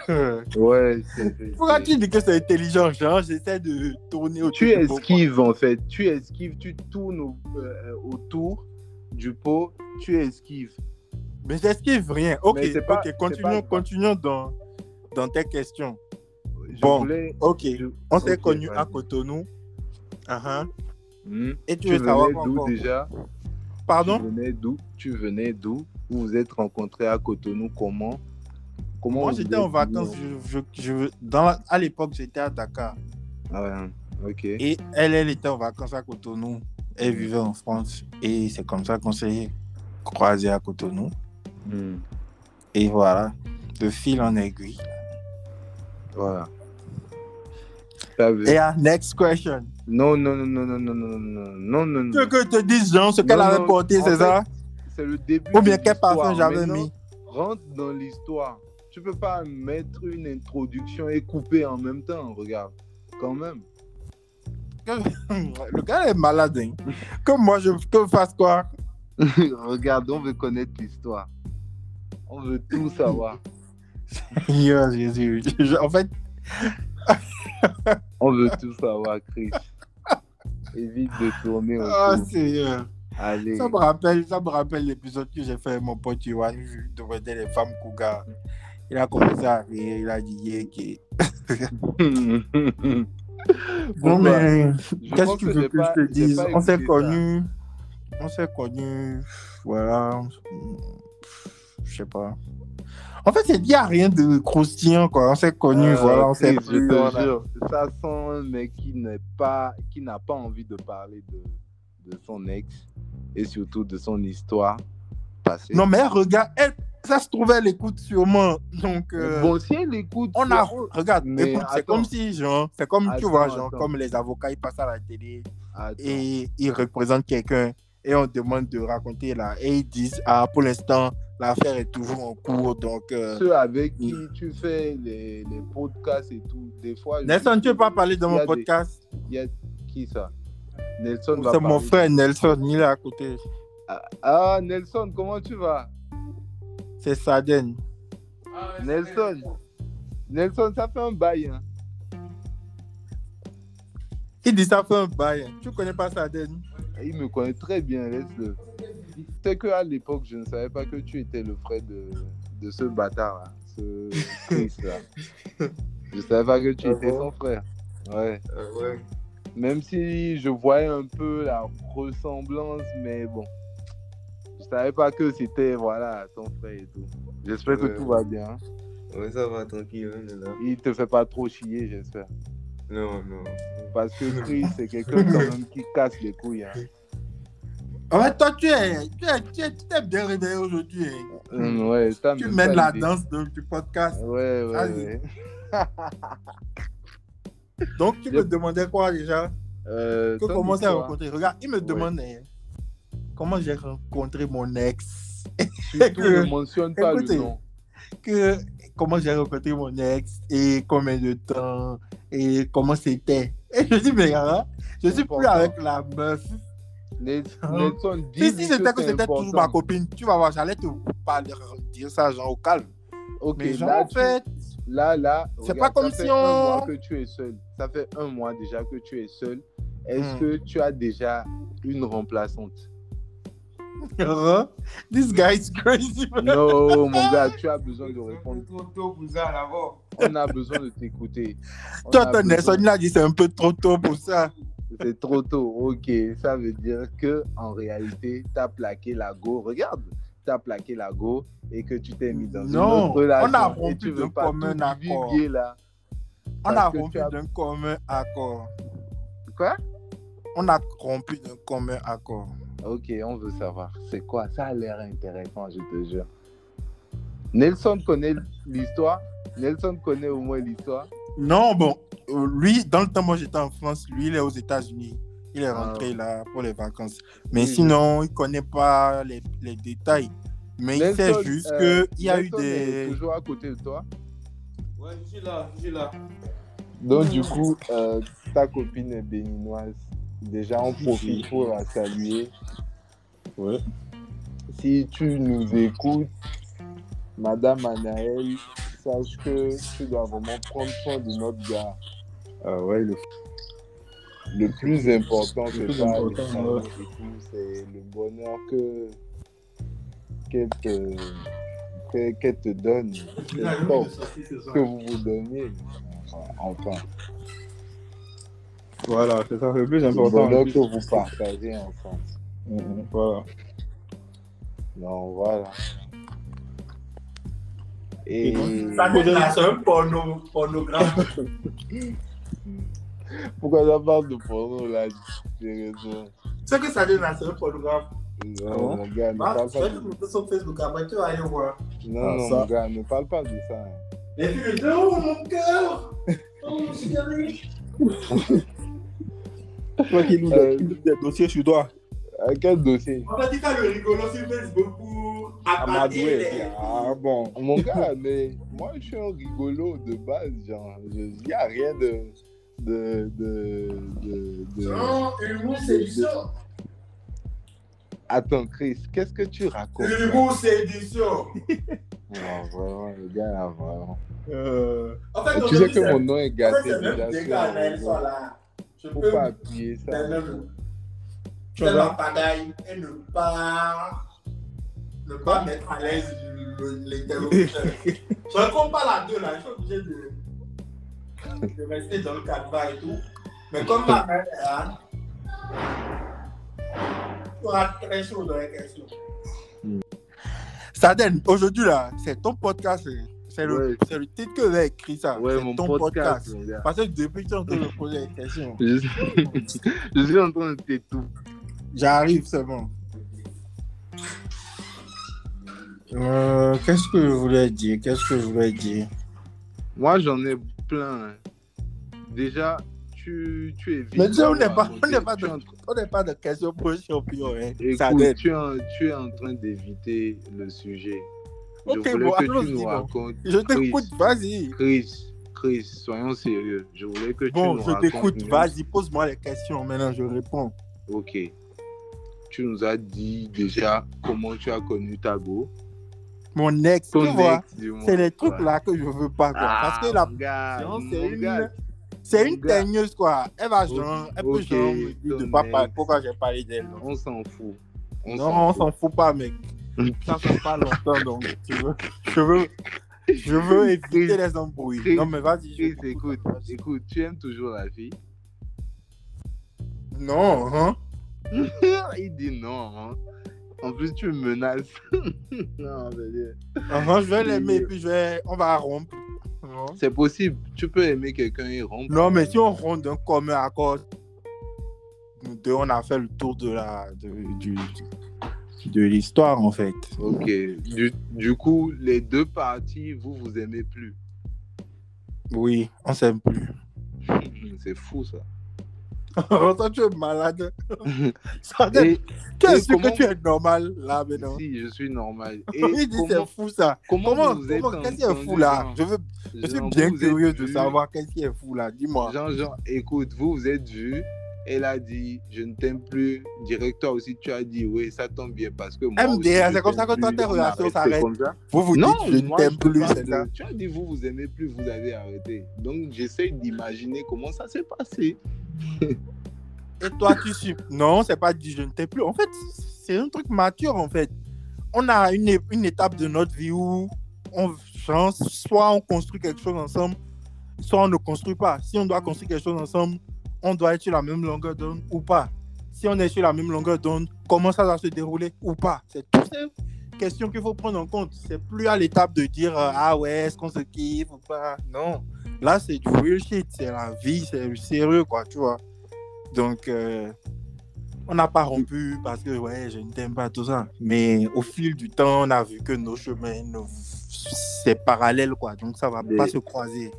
Speaker 3: Euh,
Speaker 2: Ouais, c'est- c'est-
Speaker 3: Pourquoi
Speaker 2: c'est-
Speaker 3: tu dis que c'est intelligent, genre, j'essaie de tourner autour
Speaker 2: Tu
Speaker 3: du pot,
Speaker 2: esquives en fait, tu esquives, tu tournes au- euh, autour du pot, tu esquives.
Speaker 3: quoi. Mais j'esquive rien. Ok,
Speaker 2: Mais c'est pas-
Speaker 3: ok,
Speaker 2: c'est pas-
Speaker 3: continuons, continuons dans, dans tes questions.
Speaker 2: Je
Speaker 3: Bon.
Speaker 2: voulais-
Speaker 3: Ok,
Speaker 2: je-
Speaker 3: on s'est
Speaker 2: ok,
Speaker 3: connus à
Speaker 2: vas-y.
Speaker 3: Cotonou. Uh-huh.
Speaker 2: Hmm.
Speaker 3: Et tu,
Speaker 2: Tu
Speaker 3: veux savoir
Speaker 2: venais
Speaker 3: quoi
Speaker 2: d'où
Speaker 3: encore
Speaker 2: déjà
Speaker 3: Pardon
Speaker 2: Tu venais d'où Tu venais d'où Vous vous êtes rencontrés à Cotonou comment Comment
Speaker 3: Moi,
Speaker 2: vous
Speaker 3: j'étais
Speaker 2: êtes
Speaker 3: en vacances.
Speaker 2: venus
Speaker 3: Je, je- je- dans la- à l'époque, j'étais à Dakar.
Speaker 2: Ah, ok.
Speaker 3: Et elle, elle était en vacances à Cotonou. Elle vivait en France. Et c'est comme ça qu'on s'est croisés à Cotonou.
Speaker 2: Hmm.
Speaker 3: Et voilà, de fil en aiguille.
Speaker 2: Voilà. T'as vu
Speaker 3: Et ah, next question.
Speaker 2: Non, non, non, non, non, non, non, non, non, non,
Speaker 3: Tu veux
Speaker 2: non.
Speaker 3: que je te dise, Jean, ce qu'elle
Speaker 2: Non,
Speaker 3: avait
Speaker 2: non,
Speaker 3: porté,
Speaker 2: en
Speaker 3: c'est
Speaker 2: fait,
Speaker 3: ça
Speaker 2: C'est le début.
Speaker 3: Ou bien
Speaker 2: de
Speaker 3: quel parfum
Speaker 2: l'histoire.
Speaker 3: j'avais
Speaker 2: Maintenant,
Speaker 3: mis
Speaker 2: Rentre dans l'histoire. Tu peux pas mettre une introduction et couper en même temps, regarde. Quand même.
Speaker 3: Hmm, Le gars est malade. hein. que moi, je que fasse quoi
Speaker 2: regarde, on veut connaître l'histoire. On veut tout savoir.
Speaker 3: Yo, Jésus. Je- En fait,
Speaker 2: On veut tout savoir, Chris. Évite de tourner
Speaker 3: oh,
Speaker 2: autour.
Speaker 3: Seigneur.
Speaker 2: Allez.
Speaker 3: Ça me rappelle, ça me rappelle l'épisode que j'ai fait avec mon pote Yohan, je demandais les femmes Kouga. Il a commencé à rire, il a dit yeah, ok.
Speaker 2: Bon,
Speaker 3: Bon,
Speaker 2: bah,
Speaker 3: mais
Speaker 2: je
Speaker 3: qu'est-ce
Speaker 2: pense
Speaker 3: que tu veux
Speaker 2: j'ai
Speaker 3: que
Speaker 2: pas-
Speaker 3: je te
Speaker 2: j'ai
Speaker 3: dise
Speaker 2: pas
Speaker 3: On s'est
Speaker 2: écouté ça.
Speaker 3: connus, on s'est connus, voilà. Je sais pas. En fait, il n'y a rien de croustillant, quoi. On s'est connus,
Speaker 2: Euh,
Speaker 3: voilà, on s'est
Speaker 2: Chris,
Speaker 3: plus,
Speaker 2: je te
Speaker 3: voilà.
Speaker 2: jure, ça sent un mec qui n'est pas, qui n'a pas envie de parler de, de son ex et surtout de son histoire passée.
Speaker 3: Non, mais regarde, elle, ça se trouve, elle écoute sûrement. Donc, euh,
Speaker 2: Bon, si elle écoute,
Speaker 3: On a, regarde,
Speaker 2: Mais
Speaker 3: écoute, c'est
Speaker 2: attends.
Speaker 3: comme si, genre, c'est comme, tu
Speaker 2: Attends,
Speaker 3: vois, genre,
Speaker 2: attends.
Speaker 3: comme les avocats, ils passent à la télé
Speaker 2: Attends.
Speaker 3: et ils représentent quelqu'un et on demande de raconter là. Et ils disent, ah, pour l'instant, l'affaire est toujours en cours, donc. Euh...
Speaker 2: ceux avec qui tu fais les, les podcasts et tout, des fois. je-
Speaker 3: Nelson, tu veux pas parler
Speaker 2: Il y
Speaker 3: de
Speaker 2: a
Speaker 3: mon
Speaker 2: des-
Speaker 3: podcast
Speaker 2: Il y a- Qui ça Nelson va
Speaker 3: C'est mon
Speaker 2: parler.
Speaker 3: frère Nelson, il est à côté.
Speaker 2: Ah, Nelson, comment tu vas
Speaker 3: C'est Saden.
Speaker 2: Nelson. Nelson, ça fait un bail. hein.
Speaker 3: Il dit ça fait un bail. Tu connais pas Saden
Speaker 2: Il me connaît très bien, laisse-le. C'est qu'à l'époque, je ne savais pas que tu étais le frère de, de ce bâtard-là, ce Chris-là. Je ne savais pas que tu
Speaker 3: Ah
Speaker 2: étais
Speaker 3: bon
Speaker 2: son frère. Ouais.
Speaker 4: Ah
Speaker 2: Même si je voyais un peu la ressemblance, mais bon. Je ne savais pas que c'était, voilà, ton frère et tout. J'espère que
Speaker 4: Ouais.
Speaker 2: tout va bien.
Speaker 4: Ouais, ça va, tranquille, on est là.
Speaker 2: Il te fait pas trop chier, j'espère.
Speaker 4: Non, non.
Speaker 2: Parce que Chris, c'est quelqu'un quand même qui casse les couilles. hein.
Speaker 3: En fait, toi, tu es, tu es, tu es- tu t'es bien réveillé aujourd'hui. hein.
Speaker 2: Hum, ouais, ça
Speaker 3: Tu
Speaker 2: me
Speaker 3: mènes
Speaker 2: fait
Speaker 3: la
Speaker 2: des-
Speaker 3: danse de- du podcast.
Speaker 2: Ouais, ouais,
Speaker 3: Vas-y.
Speaker 2: ouais.
Speaker 3: Donc, tu
Speaker 2: Yep.
Speaker 3: me demandais quoi déjà
Speaker 2: Euh,
Speaker 3: que
Speaker 2: ton
Speaker 3: comment ça
Speaker 2: histoire,
Speaker 3: rencontrer Regarde, il me demande eh, comment j'ai rencontré mon ex.
Speaker 2: Surtout,
Speaker 3: que-
Speaker 2: ne mentionne pas
Speaker 3: écoutez,
Speaker 2: le nom.
Speaker 3: que comment j'ai rencontré mon ex et combien de temps et comment c'était. Et je dis mais hein, je suis plus
Speaker 2: Important.
Speaker 3: avec la meuf.
Speaker 2: Nel-
Speaker 3: Hein.
Speaker 2: Nelson dit
Speaker 3: Si si c'était que
Speaker 2: c'est
Speaker 3: c'était
Speaker 2: important.
Speaker 3: toujours ma copine, tu vas voir, j'allais te parler, dire ça genre au calme.
Speaker 2: Ok,
Speaker 3: mais genre
Speaker 2: là,
Speaker 3: en
Speaker 2: tu-
Speaker 3: fait,
Speaker 2: là, là,
Speaker 3: C'est
Speaker 2: regarde,
Speaker 3: pas comme
Speaker 2: ça fait
Speaker 3: si
Speaker 2: un
Speaker 3: on-
Speaker 2: mois que tu es seul. Ça fait un mois déjà que tu es seul. Est-ce
Speaker 3: Hmm.
Speaker 2: que tu as déjà une remplaçante
Speaker 3: hein, this guy is crazy.
Speaker 2: Non, mon gars, tu as besoin de répondre.
Speaker 4: trop tôt pour ça, là-bas.
Speaker 2: On a besoin de t'écouter. On
Speaker 3: Toi,
Speaker 2: a
Speaker 3: ton
Speaker 2: besoin-
Speaker 3: Nelson, il a dit c'est un peu trop tôt pour ça.
Speaker 2: C'est trop tôt. Ok, ça veut dire que en réalité, tu as plaqué la go. Regarde, tu as plaqué la go et que tu t'es mis dans
Speaker 3: Non,
Speaker 2: une autre relation.
Speaker 3: on a
Speaker 2: et tu
Speaker 3: rompu
Speaker 2: veux
Speaker 3: de
Speaker 2: pas
Speaker 3: commun
Speaker 2: tout
Speaker 3: accord.
Speaker 2: divulguer, là.
Speaker 3: On
Speaker 2: Parce
Speaker 3: a
Speaker 2: que tu
Speaker 3: rompu
Speaker 2: as-
Speaker 3: d'un commun accord.
Speaker 2: Quoi
Speaker 3: On a rompu d'un commun accord.
Speaker 2: Ok, on veut savoir. C'est quoi Ça a l'air intéressant, je te jure. Nelson connaît l'histoire. Nelson connaît au moins l'histoire.
Speaker 3: Non, bon, euh, lui, dans le temps, moi j'étais en France, lui, il est aux États-Unis. Il est
Speaker 2: Ah.
Speaker 3: rentré là pour les vacances. Mais
Speaker 2: Oui.
Speaker 3: sinon, il connaît pas les, les détails. Mais il
Speaker 2: Nelson,
Speaker 3: sait juste
Speaker 2: euh,
Speaker 3: qu'il y a eu
Speaker 2: Nelson est
Speaker 3: des.
Speaker 2: toujours à côté de toi.
Speaker 4: Ouais, je suis là, je suis là.
Speaker 2: Donc, du coup, euh, ta copine est béninoise. Déjà, on profite pour la saluer.
Speaker 3: Ouais.
Speaker 2: Si tu nous écoutes, Madame Anaël, sache que tu dois vraiment prendre soin de notre gars.
Speaker 3: Ah ouais, le
Speaker 2: Le plus important, c'est
Speaker 3: plus
Speaker 2: pas
Speaker 3: important,
Speaker 2: les salaires
Speaker 3: ouais.
Speaker 2: et tout, c'est le bonheur que qu'elle te, que- qu'elle te donne, le temps que vous vous donnez. Enfin, enfin,
Speaker 3: Voilà, c'est hein. Mhm. ça, le plus
Speaker 2: le bonheur que vous partagez ensemble.
Speaker 3: Voilà.
Speaker 2: Donc voilà. Et
Speaker 3: c'est un
Speaker 4: pornographe.
Speaker 2: pourquoi ça parle de porno là Sérieusement.
Speaker 4: Ce que ça donne, c'est un pornographe.
Speaker 2: Non,
Speaker 3: Ah bon
Speaker 2: mon gars, ne parle pas de...
Speaker 4: montrer sur Facebook, après tu vas aller voir.
Speaker 2: Non,
Speaker 3: Ah,
Speaker 2: non,
Speaker 3: ça.
Speaker 2: mon gars, ne parle pas de ça.
Speaker 4: Et puis le dos, oh mon cœur Oh mon chéri
Speaker 3: Toi qui lis
Speaker 2: Euh,
Speaker 3: des- qui lis des dossiers sur toi.
Speaker 2: À quel dossier
Speaker 4: On va dire ça le rigolo sur Facebook pour abattre
Speaker 3: Amadoué.
Speaker 4: les-
Speaker 3: Ah bon.
Speaker 2: Mon gars, mais moi je suis un rigolo de base, genre, il n'y a rien de. de. de. de. de...
Speaker 4: Non, humour séduction.
Speaker 2: Attends, Chris, qu'est-ce que tu racontes là
Speaker 4: Humour séduction.
Speaker 2: Non, vraiment, le gars là, vraiment.
Speaker 3: Euh,
Speaker 4: En fait,
Speaker 2: Tu sais que mon
Speaker 4: aujourd'hui,
Speaker 2: nom est
Speaker 4: c'est- en fait,
Speaker 2: gâté
Speaker 4: c'est même
Speaker 2: déjà.
Speaker 4: des
Speaker 2: sur
Speaker 4: gars là,
Speaker 2: le
Speaker 4: ils sont
Speaker 2: nom.
Speaker 4: là. Je
Speaker 2: Faut
Speaker 4: peux
Speaker 2: pas appuyer ça.
Speaker 4: C'est même.
Speaker 3: tu
Speaker 4: C'est la
Speaker 3: vois,
Speaker 4: pagaille et ne pas. ne pas mettre à l'aise le- l'interlocuteur. Je ne compte pas la deux là, je suis obligé de. de rester dans le calva et tout. Mais comme ma mère est là. Tu auras très chaud dans les questions.
Speaker 3: Hmm. Saden, aujourd'hui là, c'est ton podcast. hein. C'est le,
Speaker 2: Ouais.
Speaker 3: c'est le titre que j'ai écrit ça.
Speaker 2: Ouais,
Speaker 3: c'est
Speaker 2: mon
Speaker 3: ton
Speaker 2: podcast,
Speaker 3: podcast.
Speaker 2: mon gars.
Speaker 3: Parce que depuis que tu es en train de poser des questions,
Speaker 2: Je suis, je suis en train de t'étouffer.
Speaker 3: j'arrive seulement. Euh, Qu'est-ce que je voulais dire Qu'est-ce que je voulais dire
Speaker 2: Moi, j'en ai plein. hein. Déjà, tu, tu évites.
Speaker 3: Mais tu sais, on n'est
Speaker 2: d'avoir
Speaker 3: pas,
Speaker 2: un
Speaker 3: on n'est pas,
Speaker 2: côté-
Speaker 3: de- on n'est pas de questions pour un champion. Hein.
Speaker 2: Écoute,
Speaker 3: Saden.
Speaker 2: tu es, en- tu es en train d'éviter le sujet. Je
Speaker 3: Ok,
Speaker 2: voulais
Speaker 3: bon,
Speaker 2: que
Speaker 3: allons-y,
Speaker 2: tu nous
Speaker 3: bon.
Speaker 2: racontes.
Speaker 3: Je t'écoute, vas-y.
Speaker 2: Chris, Chris, soyons sérieux. Je voulais que
Speaker 3: Bon,
Speaker 2: tu nous
Speaker 3: je
Speaker 2: racontes.
Speaker 3: t'écoute,
Speaker 2: mieux.
Speaker 3: vas-y, pose-moi les questions, maintenant je réponds.
Speaker 2: Ok. Tu nous as dit déjà comment tu as connu Tago.
Speaker 3: Mon ex, tu vois,
Speaker 2: ex, du moins.
Speaker 3: c'est les trucs
Speaker 2: Ouais.
Speaker 3: là que je veux pas, quoi.
Speaker 2: Ah,
Speaker 3: parce que la
Speaker 2: mon gars,
Speaker 3: Non,
Speaker 2: mon
Speaker 3: c'est une-
Speaker 2: gars,
Speaker 3: C'est une
Speaker 2: Mon gars.
Speaker 3: teigneuse, quoi. Elle va,
Speaker 2: Ok,
Speaker 3: genre, elle
Speaker 2: ok,
Speaker 3: peut, genre, me dire de
Speaker 2: ton
Speaker 3: pas parler.
Speaker 2: ex.
Speaker 3: Pourquoi j'ai parlé d'elle donc.
Speaker 2: On s'en fout. On
Speaker 3: Non, on
Speaker 2: s'en fout.
Speaker 3: s'en fout pas, mec. Ça fait pas longtemps, donc, tu veux. Je veux, je veux éviter les embrouilles.
Speaker 2: Chris,
Speaker 3: Non, mais vas-y. je
Speaker 2: Chris,
Speaker 3: t'écoute.
Speaker 2: écoute, écoute, tu aimes toujours la fille.
Speaker 3: Non, hein.
Speaker 2: Il dit non. hein. En plus, tu me menaces. non, je veux dire,
Speaker 3: Hein, je vais l'aimer, puis je vais. On va rompre. Non.
Speaker 2: c'est possible. Tu peux aimer quelqu'un et rompre.
Speaker 3: Non, mais si on rentre d'un commun accord, nous deux, on a fait le tour de la de, du- de l'histoire en fait.
Speaker 2: Ok. Du, du coup, les deux parties, vous vous aimez plus.
Speaker 3: Oui, on s'aime plus.
Speaker 2: Hmm, C'est fou ça.
Speaker 3: Attends, tu es malade. ça
Speaker 2: Et,
Speaker 3: Qu'est-ce
Speaker 2: et comment-
Speaker 3: que tu es normal là maintenant
Speaker 2: si, je suis normal. Et
Speaker 3: Il dit c'est
Speaker 2: comment,
Speaker 3: fou ça.
Speaker 2: comment,
Speaker 3: Comment,
Speaker 2: vous êtes
Speaker 3: comment qu'est-ce qui est
Speaker 2: entendus,
Speaker 3: fou là
Speaker 2: genre,
Speaker 3: Je veux, je suis
Speaker 2: genre,
Speaker 3: bien
Speaker 2: hein. vous vous êtes
Speaker 3: curieux de
Speaker 2: vus,
Speaker 3: savoir qu'est-ce qui est fou là. Dis-moi.
Speaker 2: Genre, genre, écoute, vous vous êtes vus. Elle a dit, je ne t'aime plus. Direct, toi aussi, tu as dit, oui, ça tombe bien parce que moi.
Speaker 3: MDR,
Speaker 2: aussi, je
Speaker 3: c'est comme
Speaker 2: t'aime
Speaker 3: ça que
Speaker 2: plus.
Speaker 3: toi, tes
Speaker 2: On
Speaker 3: relations
Speaker 2: arrête, c'est
Speaker 3: s'arrêtent.
Speaker 2: comme ça.
Speaker 3: Vous vous
Speaker 2: non,
Speaker 3: dites je ne
Speaker 2: moi,
Speaker 3: t'aime
Speaker 2: te
Speaker 3: plus,
Speaker 2: parle
Speaker 3: c'est
Speaker 2: de-
Speaker 3: ça.
Speaker 2: Tu as dit, vous vous aimez plus, vous avez arrêté. Donc, j'essaie d'imaginer comment ça s'est passé.
Speaker 3: Et toi, tu suis. Non, c'est pas dit je ne t'ai plus. En fait, c'est un truc mature, en fait. On a une, é- une étape de notre vie où on genre, soit on construit quelque chose ensemble, soit on ne construit pas. Si on doit construire quelque chose ensemble, on doit être sur la même longueur d'onde ou pas. Si on est sur la même longueur d'onde, comment ça va se dérouler ou pas C'est toutes ces questions qu'il faut prendre en compte. C'est plus à l'étape de dire euh, ah ouais, est-ce qu'on se kiffe ou pas. Non. Là, c'est du real shit. C'est la vie, c'est le sérieux, quoi, tu vois. Donc, euh, on n'a pas rompu parce que ouais, je ne t'aime pas, tout ça. Mais au fil du temps, on a vu que nos chemins, nos- c'est parallèle, quoi. Donc ça va
Speaker 2: Mais-
Speaker 3: pas se croiser.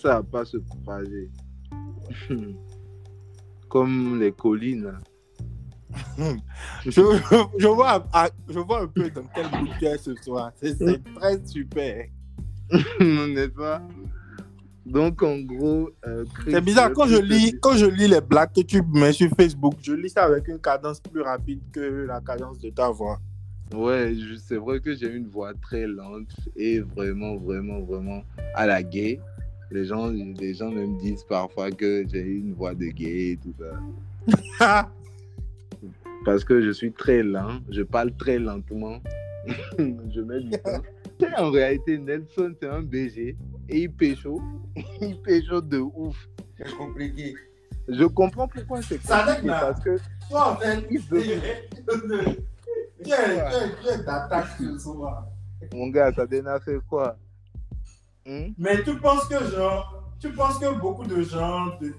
Speaker 2: ça va pas se croiser. Comme les collines.
Speaker 3: Je, je- je
Speaker 4: Ah,
Speaker 3: vois, à- je vois un peu dans quel bout de terre ce soir. C'est c'est très super.
Speaker 2: N'est-ce pas Donc, en gros, euh, Chris,
Speaker 3: C'est bizarre,
Speaker 2: le
Speaker 3: quand je
Speaker 2: plus-
Speaker 3: lis, quand je lis les blagues que tu mets sur Facebook, je lis ça avec une cadence plus rapide que la cadence de ta voix.
Speaker 2: Ouais, je- c'est vrai que j'ai une voix très lente et vraiment, vraiment, vraiment à la gay. Les gens, les gens me disent parfois que j'ai une voix de gay et tout ça. Parce que je suis très lent, je parle très lentement. je mets du temps. Tu sais, En réalité, Nelson, c'est un BG et il pécho. Il pécho de ouf.
Speaker 4: C'est compliqué.
Speaker 2: Je comprends pourquoi c'est
Speaker 4: Ça
Speaker 2: compliqué,
Speaker 4: dégage.
Speaker 2: parce que
Speaker 4: Toi, en fait,
Speaker 2: Il
Speaker 4: il
Speaker 2: veut-
Speaker 4: veut. Tu es tu es d'attaque ce soir.
Speaker 2: mon gars, ça a fait quoi Hum
Speaker 4: Mais tu penses que genre, tu penses que beaucoup de gens de,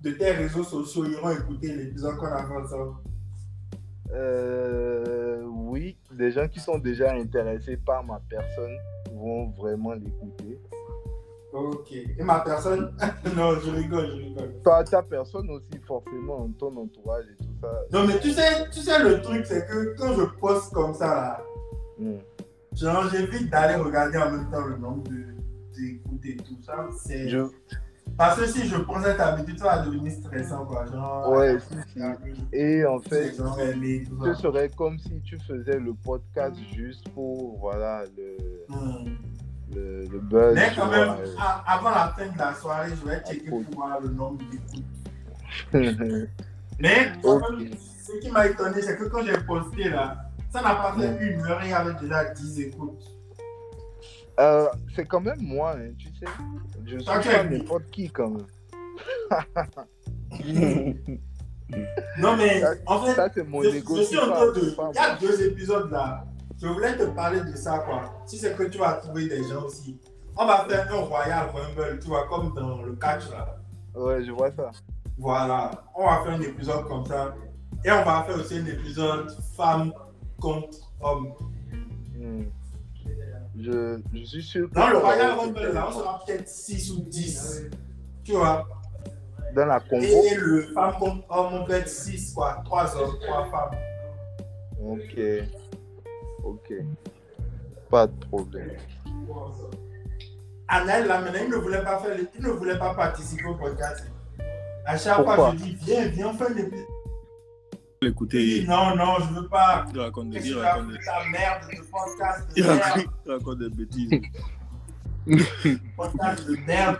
Speaker 4: de tes réseaux sociaux iront écouter l'épisode qu'on hein? a fait ensemble
Speaker 2: Euh, oui, des gens qui sont déjà intéressés par ma personne vont vraiment l'écouter.
Speaker 4: Ok. Et ma personne Non, je rigole, je rigole.
Speaker 2: Ta, ta personne aussi, forcément, ton entourage et tout ça.
Speaker 4: Non, mais tu sais, tu sais le truc, c'est que quand je poste comme ça, là,
Speaker 2: Mm.
Speaker 4: genre, j'évite d'aller regarder en même temps le nombre de d'écouter tout ça. C'est...
Speaker 2: Je,
Speaker 4: Parce que si je prends cette habitude, ça va devenir stressant, quoi. Genre,
Speaker 2: ouais, si, si. Et en fait,
Speaker 4: c'est enfermé, tout
Speaker 2: ce
Speaker 4: ça.
Speaker 2: serait comme si tu faisais le podcast juste pour voilà, le,
Speaker 4: Hmm.
Speaker 2: le, le buzz.
Speaker 4: Mais
Speaker 2: tu
Speaker 4: quand
Speaker 2: vois,
Speaker 4: même,
Speaker 2: euh.
Speaker 4: a- avant la fin de la soirée, je vais checker
Speaker 2: Ah, cool.
Speaker 4: pour voir le nombre d'écoutes. Mais quand
Speaker 2: Ok.
Speaker 4: même, ce qui m'a étonné, c'est que quand j'ai posté là, ça n'a pas fait une heure, il y avait déjà 10 écoutes.
Speaker 2: Euh, c'est quand même moi, hein, tu sais. Je suis
Speaker 4: Ok.
Speaker 2: pas n'importe qui quand même.
Speaker 4: Non mais,
Speaker 2: Ça-
Speaker 4: en fait,
Speaker 2: Ça, c'est mon
Speaker 4: je,
Speaker 2: ego.
Speaker 4: je suis
Speaker 2: c'est
Speaker 4: en
Speaker 2: pas-
Speaker 4: train de...
Speaker 2: c'est pas
Speaker 4: Il y a
Speaker 2: moi.
Speaker 4: deux épisodes là. Je voulais te parler de ça quoi. Si c'est que tu vas trouver des gens aussi. On va faire un Royal Rumble, tu vois, comme dans le catch là.
Speaker 2: Ouais, je vois ça.
Speaker 4: Voilà, on va faire un épisode comme ça. Et on va faire aussi un épisode femme contre homme.
Speaker 2: Mm. Je, je suis sûr que.
Speaker 4: Dans le
Speaker 2: ça va
Speaker 4: Royal
Speaker 2: être
Speaker 4: Rumble, là, on sera peut-être 6 ou 10. Tu vois.
Speaker 2: Dans la combo.
Speaker 4: Et le femme contre homme, on peut être 6, quoi. 3 hommes, 3 femmes.
Speaker 2: Ok. Ok. Pas de problème.
Speaker 4: Anaël, là, maintenant, il ne voulait pas, faire le- il ne voulait pas participer au podcast. À chaque
Speaker 2: Pourquoi
Speaker 4: fois, je dis, viens, viens, on fait l'épisode.
Speaker 3: L'écouter,
Speaker 4: Non, non, je veux pas.
Speaker 3: il raconte
Speaker 4: Qu'est-ce que tu vas faire, ta merde de podcast de
Speaker 3: Il
Speaker 4: merde,
Speaker 3: raconte, il raconte des bêtises.
Speaker 4: podcast de merde.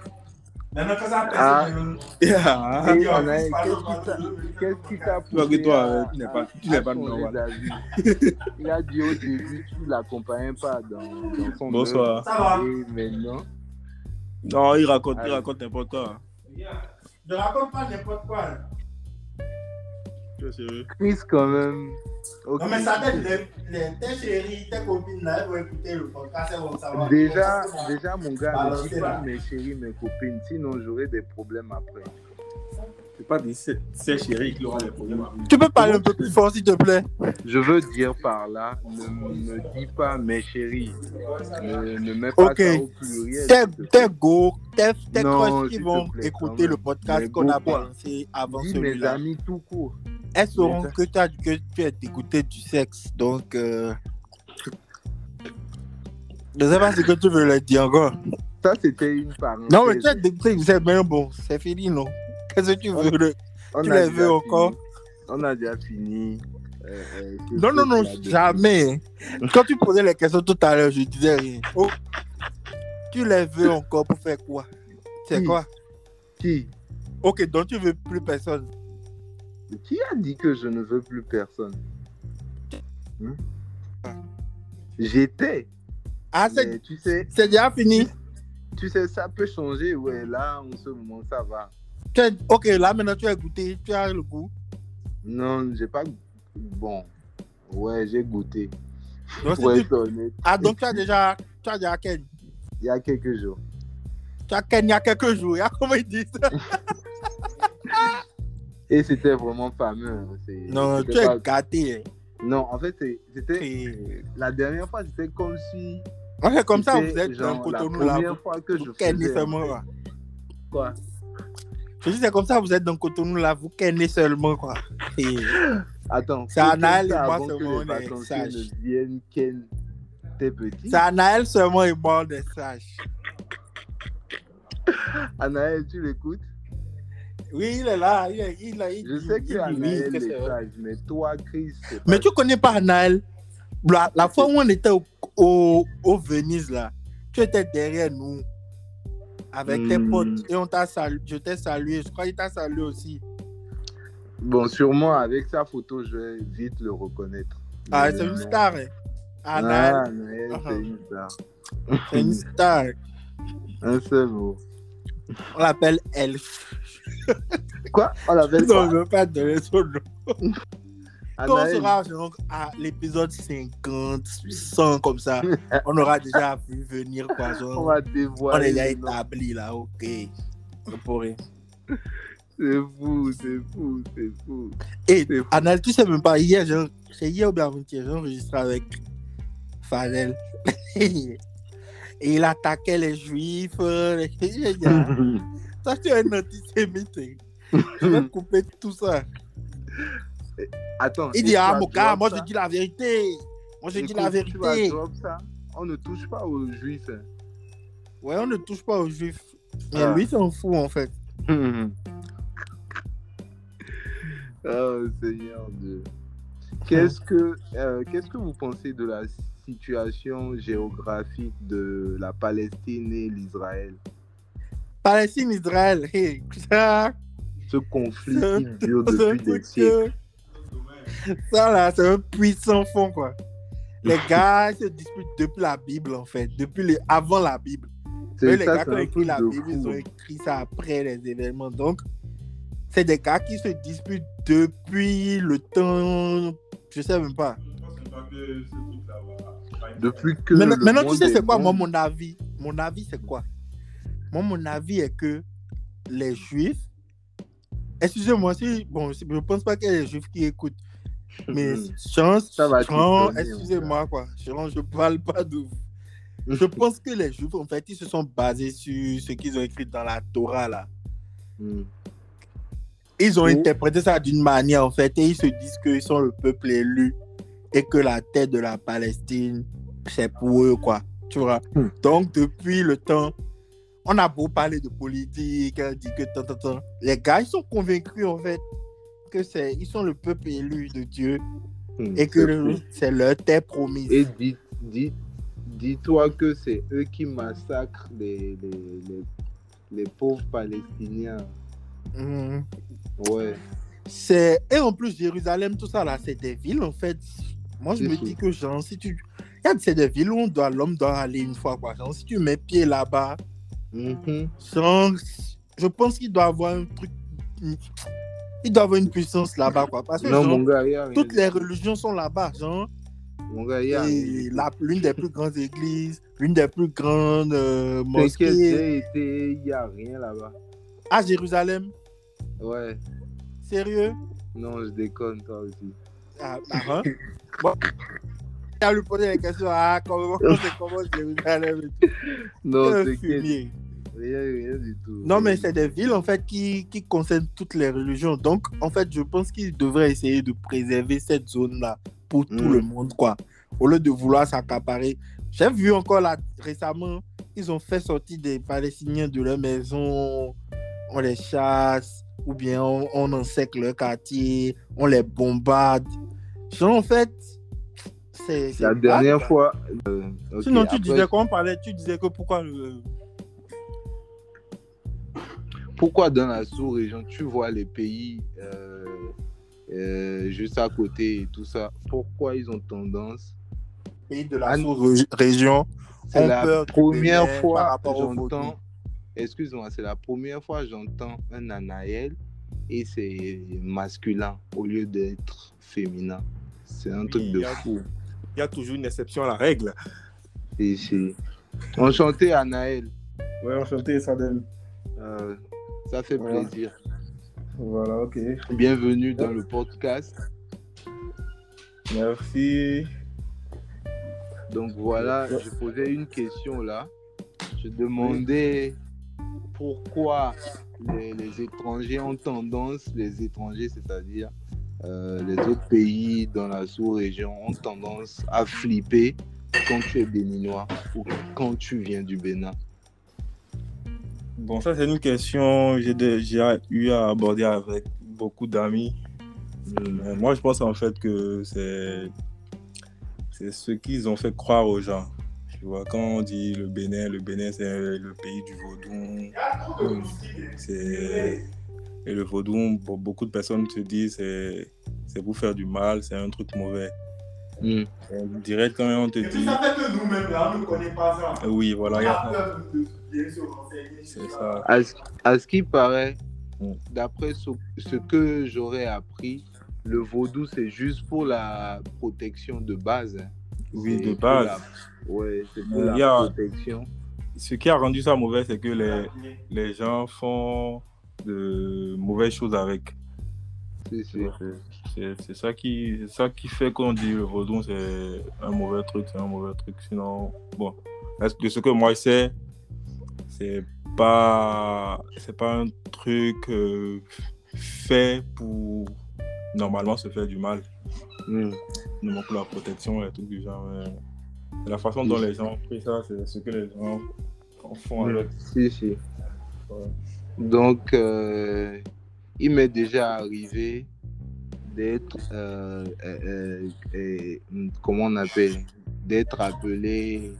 Speaker 4: Maintenant, quand ça
Speaker 2: Ah.
Speaker 4: personne,
Speaker 3: Yeah.
Speaker 2: Et
Speaker 4: Ah, on a
Speaker 2: Anaël, qu'est-ce qui t'a- Qu'est-ce qui t'a
Speaker 3: Toi, que
Speaker 2: poussé
Speaker 3: toi,
Speaker 2: à-
Speaker 3: euh, tu n'es pas-
Speaker 2: à-
Speaker 3: tu n'es
Speaker 2: à
Speaker 3: pas
Speaker 2: changer
Speaker 3: normal.
Speaker 2: d'avis Il a dit au début, tu l'accompagnais pas dans, dans son
Speaker 3: Bonsoir.
Speaker 4: Ça
Speaker 2: œuvre.
Speaker 4: va.
Speaker 2: Et maintenant,
Speaker 3: Non, il raconte, il
Speaker 2: Ah.
Speaker 3: raconte n'importe quoi.
Speaker 4: Je raconte pas n'importe quoi. là.
Speaker 3: Tu es sérieux?
Speaker 2: Chris, quand même. Ok.
Speaker 4: Non, mais ça t'aide, les- les- tes chéris, tes copines là, elles vont écouter le podcast, elles vont savoir.
Speaker 2: Déjà,
Speaker 4: Comment ça va.
Speaker 2: déjà, mon gars,
Speaker 4: Ah,
Speaker 2: ne dis
Speaker 4: c'est
Speaker 2: pas
Speaker 4: là.
Speaker 2: mes chéris, mes copines, sinon j'aurai des problèmes après.
Speaker 3: C'est pas des c'est c'est chéri qui aura des problèmes. Tu peux
Speaker 2: parler un
Speaker 3: peu plus fort, s'il te plaît
Speaker 2: Je veux dire par là, ne me dis pas mes chéris. Ne, ne mets pas
Speaker 3: Ok.
Speaker 2: ça au pluriel.
Speaker 3: Tes
Speaker 2: s'il te plaît.
Speaker 3: tes go, tes tes
Speaker 2: Non,
Speaker 3: crushs qui
Speaker 2: s'il te
Speaker 3: vont
Speaker 2: plaît, quand
Speaker 3: écouter
Speaker 2: même.
Speaker 3: le podcast
Speaker 2: Les
Speaker 3: qu'on a
Speaker 2: go, quoi.
Speaker 3: balancé avant
Speaker 2: Dis mes
Speaker 3: celui-là.
Speaker 2: amis tout court.
Speaker 3: Elles sauront
Speaker 2: mes-
Speaker 3: que, t'as- que tu es dégoûté du sexe, donc... Euh... Je sais pas ce que tu veux leur dire encore.
Speaker 2: Ça, c'était une parenthèse.
Speaker 3: Non, mais tu es dégoûté du sexe, mais bon, c'est fini, non Qu'est-ce que tu
Speaker 2: Ah,
Speaker 3: veux le-
Speaker 2: On
Speaker 3: tu
Speaker 2: a
Speaker 3: l'as
Speaker 2: déjà
Speaker 3: vu encore
Speaker 2: fini. On a déjà fini. Euh, euh, ce
Speaker 3: Non, non, non,
Speaker 2: truc-là de-
Speaker 3: jamais. Quand tu posais les questions tout à l'heure, je disais rien. Oh, tu les veux encore pour faire quoi C'est
Speaker 2: Oui.
Speaker 3: quoi
Speaker 2: Qui
Speaker 3: Ok, donc tu veux plus personne.
Speaker 2: Qui a dit que je ne veux plus personne Hein J'étais.
Speaker 3: Ah, c'est
Speaker 2: Mais tu sais,
Speaker 3: c'est déjà fini.
Speaker 2: tu sais, ça peut changer. Ouais, là, en ce moment, ça va.
Speaker 3: Tu as- ok, là maintenant tu as goûté, tu as le goût.
Speaker 2: Non, j'ai pas. Bon. Ouais, j'ai goûté.
Speaker 3: Donc, si
Speaker 2: Pour
Speaker 3: tu-
Speaker 2: être honnête,
Speaker 3: Ah, donc tu as déjà, tu as déjà Ken.
Speaker 2: il y a quelques jours.
Speaker 3: Tu as Ken il y a quelques jours. Il y a comment ils disent
Speaker 2: Et c'était vraiment fameux. hein. C'est-
Speaker 3: Non, tu
Speaker 2: c'était
Speaker 3: es
Speaker 2: pas-
Speaker 3: gâté.
Speaker 2: Non, en fait, c'est- c'était
Speaker 3: hein.
Speaker 2: la dernière fois, c'était comme si.
Speaker 3: On fait comme ça, vous
Speaker 2: c'était
Speaker 3: êtes dans
Speaker 2: genre la
Speaker 3: Cotonou là.
Speaker 2: première fois que je
Speaker 3: Vous kennez
Speaker 2: faisais. hein.
Speaker 3: seulement. Quoi.
Speaker 2: Quoi
Speaker 3: Je dis, c'est comme ça, vous êtes dans Cotonou là, vous kennez seulement. quoi. Et-
Speaker 2: Attends,
Speaker 3: Ça,
Speaker 2: faut que
Speaker 3: Naël
Speaker 2: ça
Speaker 3: et moi
Speaker 2: avant que
Speaker 3: seulement,
Speaker 2: les
Speaker 3: on est
Speaker 2: vacanciers
Speaker 3: sages.
Speaker 2: ne viennent ken tes petits.
Speaker 3: C'est à Naël seulement et moi, des sages.
Speaker 2: Anaël, tu l'écoutes
Speaker 3: Oui, il est là. Il est, il est, il-
Speaker 2: Je sais que
Speaker 3: il- il- oui,
Speaker 2: Anaël
Speaker 3: que
Speaker 2: est
Speaker 3: c'est vrai.
Speaker 2: sage, mais toi, Chris. c'est
Speaker 3: Mais
Speaker 2: pas-
Speaker 3: tu connais pas Naël la, la fois où on était au, au, au Venise, là, tu étais derrière nous avec tes
Speaker 2: Hmm.
Speaker 3: potes et on t'a salué. Je t'ai salué. Je crois qu'il t'a salué aussi.
Speaker 2: Bon, sûrement, avec sa photo, je vais vite le reconnaître.
Speaker 3: Ah,
Speaker 2: Mais
Speaker 3: c'est une
Speaker 2: non.
Speaker 3: star. hein. Ah,
Speaker 2: Ah,
Speaker 3: Naël,
Speaker 2: Anaël,
Speaker 3: Ah.
Speaker 2: c'est une star.
Speaker 3: c'est une star.
Speaker 2: Un seul mot.
Speaker 3: On l'appelle Elf.
Speaker 2: Quoi On l'appelle
Speaker 3: Non,
Speaker 2: quoi
Speaker 3: je veux pas donner son nom. Quand on
Speaker 2: Anaël.
Speaker 3: sera genre, à l'épisode 50, 100 comme ça, on aura déjà vu venir quoi. genre,
Speaker 2: On va
Speaker 3: on est
Speaker 2: dévoiler.
Speaker 3: déjà
Speaker 2: le nom.
Speaker 3: établi là, ok. On pourrait.
Speaker 2: C'est fou, c'est fou, c'est fou.
Speaker 3: Et
Speaker 2: C'est fou.
Speaker 3: Anal, tu sais même pas, hier, j'ai- c'est hier ou bien avant-hier, j'ai enregistré avec Fanel. Et il attaquait les juifs. euh, J'ai dit, ah, ça, tu es un antisémite. hein. Je vais couper tout ça.
Speaker 2: Attends.
Speaker 3: Il
Speaker 2: et
Speaker 3: dit,
Speaker 2: tu
Speaker 3: ah,
Speaker 2: as
Speaker 3: mon gars,
Speaker 2: drop
Speaker 3: moi,
Speaker 2: ça
Speaker 3: je dis la vérité. Moi, je dis la
Speaker 2: Écoute, tu as
Speaker 3: vérité.
Speaker 2: drop ça. On ne touche pas aux juifs. hein.
Speaker 3: Ouais, on ne touche pas aux juifs. Mais
Speaker 2: Ah.
Speaker 3: lui, s'en fout, en fait.
Speaker 2: oh Seigneur Dieu. Qu'est-ce que euh, qu'est-ce que vous pensez de la situation géographique de la Palestine et l'Israël
Speaker 3: Palestine, Israël. hey, ça,
Speaker 2: Ce conflit
Speaker 3: C'est-
Speaker 2: qui dure
Speaker 3: Ah, c'est un
Speaker 2: depuis des
Speaker 3: truc
Speaker 2: siècles.
Speaker 3: que- Ça là, c'est un puits sans fond quoi. Les gars se disputent depuis la Bible en fait, depuis les... avant la Bible. Mais
Speaker 2: C'est
Speaker 3: les
Speaker 2: ça,
Speaker 3: gars qui
Speaker 2: c'est
Speaker 3: ont
Speaker 2: un
Speaker 3: écrit
Speaker 2: truc
Speaker 3: la
Speaker 2: de
Speaker 3: Bible, ils ont
Speaker 2: fou.
Speaker 3: écrit ça après les événements. Donc, c'est des gars qui se disputent depuis le temps, je sais même pas.
Speaker 2: Depuis que
Speaker 3: Maintenant,
Speaker 2: le
Speaker 3: maintenant, tu
Speaker 2: monde
Speaker 3: sais
Speaker 2: est
Speaker 3: c'est quoi moi
Speaker 2: monde-
Speaker 3: mon avis. Mon avis c'est quoi Moi mon avis est que les juifs Excusez-moi si bon, si- je pense pas qu'il y ait des juifs qui écoutent. Mais chance,
Speaker 2: Ça va
Speaker 3: chance,
Speaker 2: t'étonner,
Speaker 3: excusez-moi quoi, chance, je parle pas de vous. Je pense que les Juifs, en fait, ils se sont basés sur ce qu'ils ont écrit dans la Torah là.
Speaker 2: Mm.
Speaker 3: Ils ont
Speaker 2: Oui.
Speaker 3: interprété ça d'une manière en fait, et ils se disent qu'ils sont le peuple élu et que la terre de la Palestine, c'est pour eux quoi, tu vois.
Speaker 2: Hmm.
Speaker 3: Donc depuis le temps, on a beau parler de politique, hein, dit que tant, tant, tant, les gars, ils sont convaincus en fait que c'est, ils sont le peuple élu de Dieu
Speaker 2: Mm,
Speaker 3: et
Speaker 2: c'est
Speaker 3: que
Speaker 2: fou.
Speaker 3: c'est leur terre promise.
Speaker 2: Et dis- dis- dis-toi que c'est eux qui massacrent les, les, les, les pauvres Palestiniens.
Speaker 3: Mhm.
Speaker 2: Ouais.
Speaker 3: C'est et en plus Jérusalem, tout ça là, c'est des villes en fait. Moi je
Speaker 2: C'est
Speaker 3: me
Speaker 2: fou.
Speaker 3: dis que genre si tu Il y a- c'est des villes où on doit l'homme doit aller une fois quoi. Genre si tu mets pied là-bas,
Speaker 2: Mhm.
Speaker 3: genre, je pense qu'il doit avoir un truc il doit avoir une puissance là-bas quoi parce que
Speaker 2: Non,
Speaker 3: genre,
Speaker 2: mon gars, il y a rien
Speaker 3: toutes
Speaker 2: dit.
Speaker 3: les religions sont là-bas, genre
Speaker 2: Mon gars, il y a rien
Speaker 3: et
Speaker 2: dit.
Speaker 3: la- l'une des plus grandes églises, l'une des plus grandes euh,
Speaker 2: T'inquiète,
Speaker 3: mosquées
Speaker 2: j'ai été, il y a rien là-bas.
Speaker 3: à Jérusalem.
Speaker 2: Ouais.
Speaker 3: Sérieux
Speaker 2: Non, je déconne, toi aussi.
Speaker 3: Ah, ah, hein? bon. Il a lui posé la question, ah, comment c'est comment Jérusalem et tout.
Speaker 2: Non,
Speaker 3: Un
Speaker 2: t'inquiète,
Speaker 3: fumier.
Speaker 2: rien, rien du tout.
Speaker 3: Euh, Non, mais c'est des villes en fait qui, qui concernent toutes les religions. Donc, en fait, je pense qu'ils devraient essayer de préserver cette zone-là pour tout
Speaker 2: Mm.
Speaker 3: le monde, quoi. Au lieu de vouloir s'accaparer. J'ai vu encore là récemment, ils ont fait sortir des Palestiniens de leur maison, on les chasse, ou bien on, on encercle leur quartier, on les bombarde. Genre, en fait, c'est. c'est
Speaker 2: La
Speaker 3: bad,
Speaker 2: dernière fois.
Speaker 3: quoi.
Speaker 2: euh, ok,
Speaker 3: Sinon, tu
Speaker 2: après,
Speaker 3: disais qu'on parlait, tu disais que pourquoi. le-
Speaker 2: Pourquoi dans la sous-région, tu vois les pays euh, euh, juste à côté et tout ça Pourquoi ils ont tendance
Speaker 3: pays de la
Speaker 2: Ah,
Speaker 3: sous-région
Speaker 2: C'est
Speaker 3: ont
Speaker 2: la
Speaker 3: peur du
Speaker 2: première
Speaker 3: Bénin par
Speaker 2: fois
Speaker 3: rapport aux
Speaker 2: j'entends.
Speaker 3: photos.
Speaker 2: Excuse-moi, c'est la première fois j'entends un Anaël et c'est masculin au lieu d'être féminin. C'est un truc
Speaker 5: Oui,
Speaker 2: de
Speaker 5: y a-
Speaker 2: fou.
Speaker 5: Il y a toujours une exception à la règle.
Speaker 2: Et c'est- Enchanté Anaël,
Speaker 5: Ouais, enchanté, Sadem.
Speaker 2: Euh, ça fait
Speaker 5: Voilà.
Speaker 2: plaisir.
Speaker 6: Voilà, ok.
Speaker 2: Bienvenue dans le podcast.
Speaker 6: Merci.
Speaker 2: Donc voilà, je posais une question là. Je demandais pourquoi les, les étrangers ont tendance, les étrangers, c'est-à-dire euh, les autres pays dans la sous-région, ont tendance à flipper quand tu es béninois ou quand tu viens du Bénin.
Speaker 5: Bon, ça, c'est une question que j'ai déjà eu à aborder avec beaucoup d'amis.
Speaker 3: Hmm.
Speaker 5: Mais moi, je pense en fait que c'est c'est ce qu'ils ont fait croire aux gens. Tu vois, quand on dit le Bénin, le Bénin, c'est le pays du vaudou.
Speaker 3: Euh,
Speaker 5: C'est- Et le vaudou, pour beaucoup de personnes se disent, c'est c'est pour faire du mal, c'est un truc mauvais.
Speaker 2: Mm.
Speaker 5: On dirait quand même, on te
Speaker 4: Et puis
Speaker 5: dit,
Speaker 4: ça fait que nous-mêmes, là, on ne connaît pas ça.
Speaker 5: Ah oui, voilà,
Speaker 4: On
Speaker 5: il y
Speaker 4: a
Speaker 5: a-
Speaker 4: peur de bien se renseigner.
Speaker 5: c'est ça.
Speaker 2: À, ce- à ce qui paraît,
Speaker 5: Mm.
Speaker 2: d'après ce, ce que j'aurais appris, le vaudou, c'est juste pour la protection de base. hein.
Speaker 5: Oui,
Speaker 2: C'est
Speaker 5: de
Speaker 2: pour
Speaker 5: base.
Speaker 2: la- ouais, c'est pour
Speaker 5: Euh,
Speaker 2: la
Speaker 5: y a-
Speaker 2: protection.
Speaker 5: Ce qui a rendu ça mauvais, c'est que les,
Speaker 4: Mais-
Speaker 5: les gens font de mauvaises choses avec.
Speaker 2: C'est-
Speaker 5: Tu
Speaker 2: c'est-
Speaker 5: vois, c'est- C'est c'est ça qui, c'est ça qui fait qu'on dit le vaudou, c'est un mauvais truc, c'est un mauvais truc. Sinon, bon, est-ce que ce que moi je sais, c'est pas, c'est pas un truc euh, fait pour normalement se faire du mal,
Speaker 2: Mm.
Speaker 5: non pour la protection et tout du genre. mais c'est la façon dont les gens ont pris ça, c'est ce que les gens en font avec.
Speaker 2: Si, si.
Speaker 5: Ouais.
Speaker 2: Donc, euh, il m'est déjà arrivé d'être, euh, euh, euh, euh, comment on appelle, d'être appelé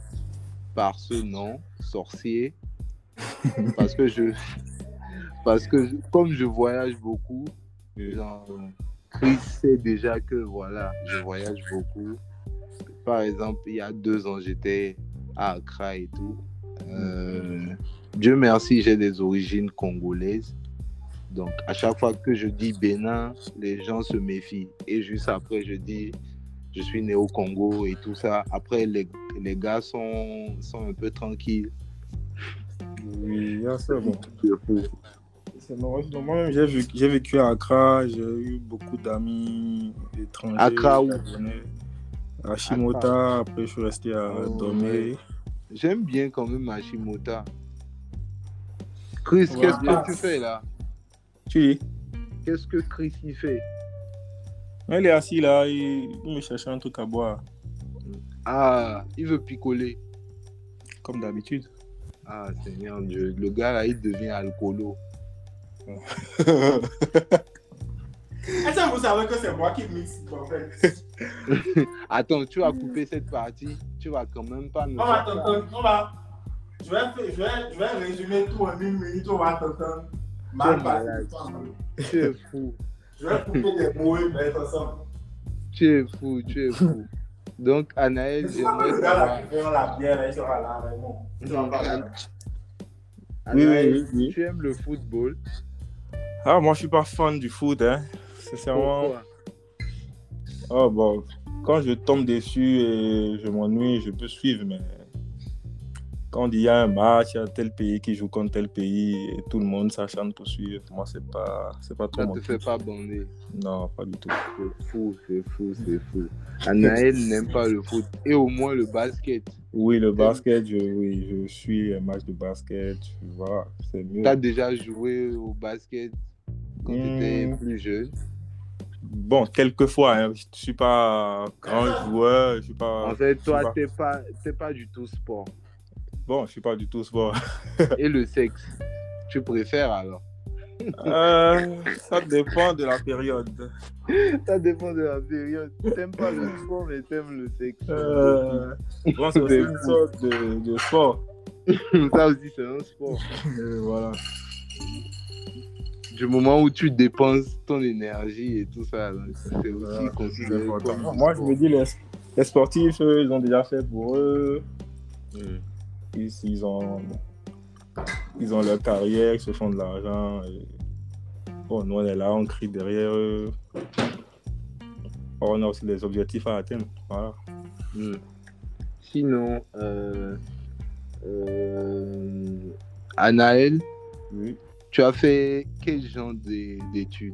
Speaker 2: par ce nom, sorcier, parce que je, parce que je- comme je voyage beaucoup, genre, Chris sait déjà que voilà, je voyage beaucoup. Par exemple, il y a deux ans, j'étais à Accra et tout. Euh, Dieu merci, j'ai des origines congolaises. Donc, à chaque fois que je dis Bénin, les gens se méfient. Et juste après, je dis je suis né au Congo et tout ça. Après, les, les gars sont, sont un peu tranquilles.
Speaker 5: Oui, il y a ça, bon.
Speaker 2: Je peux-
Speaker 5: C'est normal. Non, Moi-même, j'ai vécu, j'ai vécu à Accra, j'ai eu beaucoup d'amis étrangers.
Speaker 2: Accra où
Speaker 5: Gabonais. À Shimota, après je suis resté à
Speaker 2: Oh,
Speaker 5: Domé.
Speaker 2: J'aime bien quand même Hashimota. Chris,
Speaker 5: Ouais.
Speaker 2: qu'est-ce que tu fais là
Speaker 5: Tu dis
Speaker 2: Qu'est-ce que Chris y fait
Speaker 5: Il est assis là, il, il me cherchait un truc à boire,
Speaker 2: Ah, il veut picoler.
Speaker 5: comme d'habitude.
Speaker 2: Ah, Seigneur Dieu, le gars là, il devient alcoolo.
Speaker 4: Est-ce que vous savez que c'est moi qui mixe en fait
Speaker 2: Attends, tu vas couper cette partie. Tu vas quand même pas nous.
Speaker 4: On va
Speaker 2: faire ça.
Speaker 4: t'entendre, on va. Je vais, faire- je, vais, je vais résumer tout en une minute, on va t'entendre. Mal
Speaker 2: T'es
Speaker 4: passé.
Speaker 2: malade. Tu es fou.
Speaker 4: Je vais couper des mots et mettre ensemble.
Speaker 2: Tu es fou. Tu es fou. Donc, Anaël,
Speaker 4: C'est ça
Speaker 2: j'aimerais
Speaker 4: le gars
Speaker 2: savoir.
Speaker 4: là qui vend la bière, là, il sera là, vraiment. Tu vas pas là.
Speaker 2: Anaël,
Speaker 5: Oui, oui, oui.
Speaker 2: tu aimes le football.
Speaker 5: Ah, moi je suis pas fan du foot, hein. Sincèrement,
Speaker 2: Pourquoi
Speaker 5: oh, bon, quand je tombe dessus et je m'ennuie, je peux suivre, mais quand il y a un match, il y a tel pays qui joue contre tel pays et tout le monde s'acharne pour suivre, moi c'est pas, c'est pas trop
Speaker 2: Ça
Speaker 5: mon
Speaker 2: te fait pas bander.
Speaker 5: Non, pas du tout.
Speaker 2: C'est fou, c'est fou, c'est fou. Anaël n'aime pas le foot. Et au moins le basket.
Speaker 5: Oui, le basket, je, oui, je suis un match de basket, tu vois, c'est mieux.
Speaker 2: Tu as déjà joué au basket quand tu étais
Speaker 5: Hmm.
Speaker 2: plus jeune.
Speaker 5: Bon, quelquefois, hein, je ne suis pas
Speaker 2: Ah.
Speaker 5: grand joueur, je ne suis pas...
Speaker 2: En fait,
Speaker 5: je
Speaker 2: toi,
Speaker 5: sais
Speaker 2: t'es pas, t'es pas du tout sport.
Speaker 5: Bon, je suis pas du tout sport.
Speaker 2: Et le sexe, tu préfères alors
Speaker 5: Euh, ça dépend de la période.
Speaker 2: Ça dépend de la période. T'aimes pas le sport, mais t'aimes le sexe.
Speaker 5: Euh, bon, c'est aussi une sorte de, de sport.
Speaker 2: Ça aussi, c'est un sport.
Speaker 5: Euh, voilà.
Speaker 2: Du moment où tu dépenses ton énergie et tout ça, donc, c'est aussi
Speaker 5: Voilà,
Speaker 2: considéré comme un
Speaker 5: Moi, je
Speaker 2: sport.
Speaker 5: me dis, les, les sportifs, eux, ils ont déjà fait pour eux. Ils, ils ont, ils ont leur carrière, ils se font de l'argent. et- Bon, nous, on est là, on crie derrière eux. On a aussi des objectifs à atteindre. Voilà.
Speaker 2: Mm. Sinon, euh, euh, Anaël,
Speaker 5: Oui.
Speaker 2: Tu as fait quel genre d'é- d'études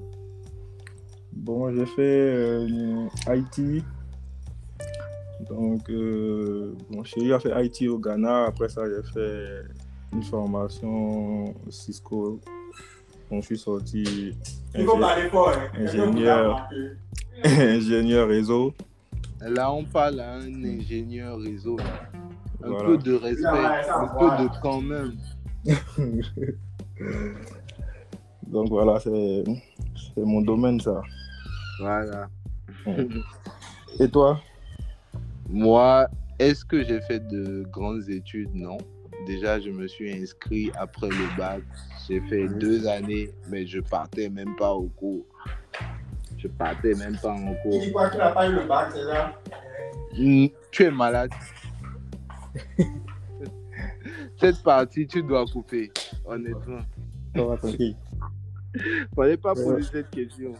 Speaker 5: Bon, j'ai fait euh, IT. Donc, euh, bon, j'ai eu fait IT au Ghana. Après ça, j'ai fait une formation Cisco. Bon, je suis sorti
Speaker 4: Il faut
Speaker 5: ingé-
Speaker 4: parler fort. hein.
Speaker 5: Ingénieur. ingénieur réseau.
Speaker 2: Là, on parle à un ingénieur réseau. là. Un
Speaker 5: Voilà.
Speaker 2: peu de respect,
Speaker 4: Ouais, ça
Speaker 2: un
Speaker 4: va.
Speaker 2: peu de quand même.
Speaker 5: Donc voilà, c'est c'est mon domaine ça.
Speaker 2: Voilà.
Speaker 5: Et toi
Speaker 2: Moi, est-ce que j'ai fait de grandes études Non. Déjà, je me suis inscrit après le bac. J'ai fait deux années, mais je partais même pas au cours. Je partais même pas en
Speaker 4: Il
Speaker 2: cours.
Speaker 4: dit quoi qu'il n'a pas eu le bac, c'est ça
Speaker 2: Mm, Tu es malade. Cette partie, tu dois couper, honnêtement.
Speaker 5: Ça va, tranquille.
Speaker 2: Fallait pas poser cette question.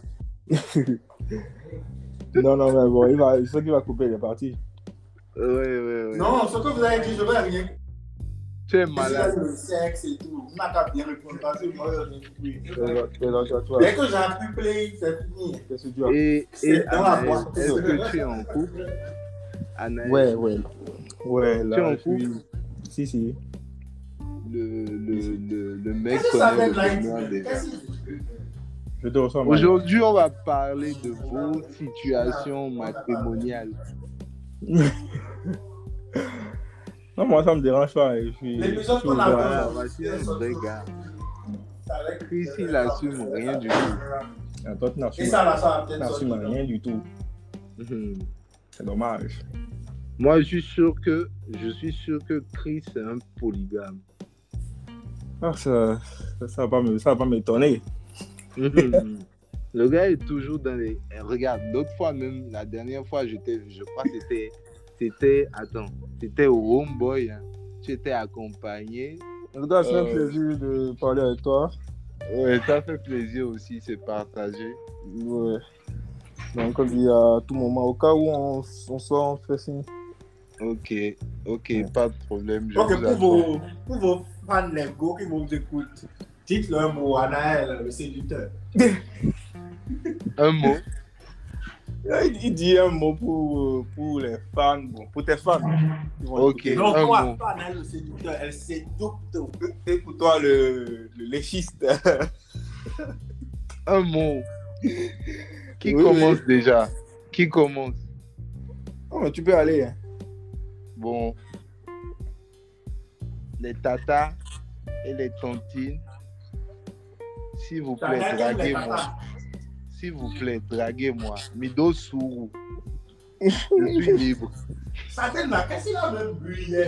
Speaker 5: Non, non, mais bon, il va, ce qui va couper, il est parti.
Speaker 2: Ouais, ouais, ouais.
Speaker 4: Non, ce que vous avez dit, je vais rien
Speaker 2: Tu es malade.
Speaker 4: Malade. le sexe et tout. On n'a qu'à bien répondre parce que moi, je n'ai plus.
Speaker 5: Et
Speaker 2: Euh,
Speaker 5: donc, et donc, toi, toi,
Speaker 4: Dès que j'ai un play, c'est fini.
Speaker 5: qu'est-ce que tu as
Speaker 2: Et, et
Speaker 4: C'est dans la
Speaker 2: Anaël,
Speaker 4: boîte.
Speaker 2: est-ce que tu es en couple Anaël,
Speaker 5: Ouais, ouais. Ouais,
Speaker 2: Tu es
Speaker 5: là,
Speaker 2: en
Speaker 5: je suis... Si, si.
Speaker 2: le, le, le, le mec
Speaker 4: Qu'est-ce que ça
Speaker 2: connaît le
Speaker 4: fait de la vie
Speaker 2: bonheur des gens.
Speaker 4: Qu'est-ce que-
Speaker 5: Je te reçois, moi.
Speaker 2: Aujourd'hui, on va parler de vos situations matrimoniales.
Speaker 5: Non, moi, ça me dérange pas. Je suis... je
Speaker 4: L'épisode
Speaker 5: suis
Speaker 4: qu'on a
Speaker 5: ouvert.
Speaker 2: Voilà, voici un vrai gars.
Speaker 4: C'est avec-
Speaker 2: Chris, il assume rien du tout.
Speaker 5: Ah, Toi, tu
Speaker 4: Et
Speaker 5: n'assumes
Speaker 4: ça, là, ça va peut-être
Speaker 5: n'assumes
Speaker 4: sortir.
Speaker 5: rien du tout.
Speaker 2: Mhm.
Speaker 5: C'est dommage.
Speaker 2: Moi, je suis sûr que je suis sûr que Chris est un polygame.
Speaker 5: Ah, ça, ça, ça va pas me- ça va pas m'étonner.
Speaker 2: le gars est toujours dans les. Eh, Regarde, l'autre fois même, la dernière fois, je t'ai vu, je crois que c'était, c'était, attends, c'était au homeboy. hein. Tu étais accompagné.
Speaker 5: En tout cas, c'est un
Speaker 2: Euh.
Speaker 5: plaisir de parler avec toi.
Speaker 2: Ouais, ça fait plaisir aussi, c'est partagé.
Speaker 5: Ouais. Donc, comme dit à tout moment, au cas où on, on sort, on fait signe.
Speaker 2: Ok, ok, pas de problème. je
Speaker 4: Ok,
Speaker 2: vous
Speaker 4: pour
Speaker 2: attends.
Speaker 4: vos, pour vos fans Lego qui vous écoutent, dites le mot Anaël, le séducteur.
Speaker 2: Un mot.
Speaker 5: Il, il dit un mot pour, pour les fans, bon, pour tes fans. Ils vont
Speaker 2: Ok.
Speaker 5: écouter.
Speaker 4: Non,
Speaker 2: un
Speaker 4: toi,
Speaker 2: mot.
Speaker 4: pas Anaël, le séducteur, elle séducte.
Speaker 5: Et pour toi, le, le léchiste.
Speaker 2: un mot. Qui
Speaker 5: Oui,
Speaker 2: commence déjà Qui commence
Speaker 5: Non, mais tu peux aller. hein.
Speaker 2: Bon. Les tatas et les tontines. S'il vous plaît,
Speaker 4: Anaël, elle est
Speaker 2: draguez-moi.
Speaker 4: pas-
Speaker 2: S'il vous plaît, draguez-moi. Mido Sourou. Je suis libre.
Speaker 4: Satan, là, qu'est-ce qu'il a même brûlé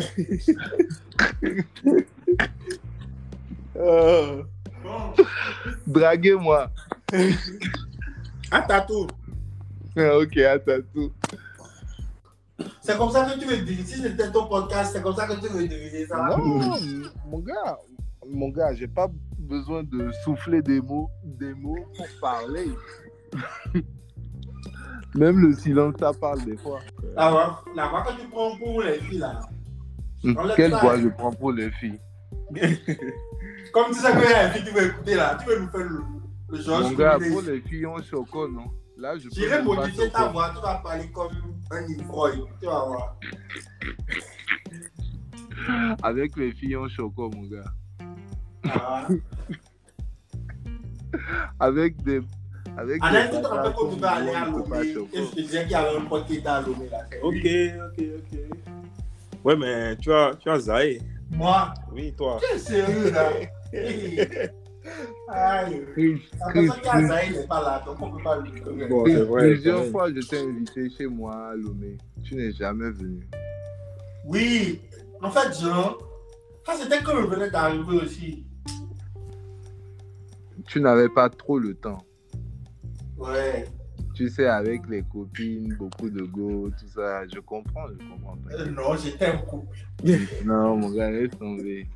Speaker 5: Euh,
Speaker 4: Bon,
Speaker 2: Draguez-moi.
Speaker 4: à ta tour.
Speaker 2: Ah, ok, attends tout.
Speaker 4: C'est comme ça que tu veux diriger. Si c'était ton podcast, c'est comme ça que tu veux diriger ça.
Speaker 2: Non, mon gars, mon gars, j'ai pas besoin de souffler des mots, des mots pour parler. Même le silence, ça parle des fois.
Speaker 4: La voix, la voix que tu prends pour les filles, là. Enlève
Speaker 2: Quelle
Speaker 4: ça.
Speaker 2: voix je prends pour les filles
Speaker 4: Comme tu sais que les filles, tu veux écouter, là. Tu veux nous faire le, le genre.
Speaker 2: Mon gars, pour les filles, on choco, non Là, je peux
Speaker 4: J'irai
Speaker 2: même pas
Speaker 4: modifier ta
Speaker 2: choco.
Speaker 4: voix. Tu vas parler comme un ivrogne. Tu vas voir.
Speaker 2: Avec les filles, on choco, mon gars.
Speaker 4: Ah.
Speaker 2: Avec des. Avec
Speaker 4: Alain, tu
Speaker 2: des
Speaker 4: te rappelles qu'on devait aller à
Speaker 2: on peut pas
Speaker 4: Lomé
Speaker 2: choco.
Speaker 4: et je te disais qu'il y avait un pote qui était à Lomé, là. C'est
Speaker 5: ok,
Speaker 4: lui.
Speaker 5: ok, ok. Ouais, mais tu as, tu as Zahé.
Speaker 4: Moi,
Speaker 5: Oui,
Speaker 2: Ah.
Speaker 5: toi.
Speaker 4: tu es sérieux, là. Hey. Aïe.
Speaker 2: Chris,
Speaker 4: La
Speaker 2: Chris,
Speaker 4: personne qui a
Speaker 2: Chris.
Speaker 4: Zahir n'est pas là, donc on ne peut pas lui donner.
Speaker 5: Bon,
Speaker 2: Chris,
Speaker 5: c'est vrai.
Speaker 2: Plusieurs fois, je t'ai invité chez moi à Lomé. Tu n'es jamais venu.
Speaker 4: Oui, en fait, Jean, ça c'était quand je venais d'arriver aussi.
Speaker 2: Tu n'avais pas trop le temps.
Speaker 4: Ouais.
Speaker 2: Tu sais, avec les copines, beaucoup de go, tout ça. Je comprends, je comprends pas.
Speaker 4: Euh, non, j'étais en couple.
Speaker 2: Non, mon gars, laisse tomber.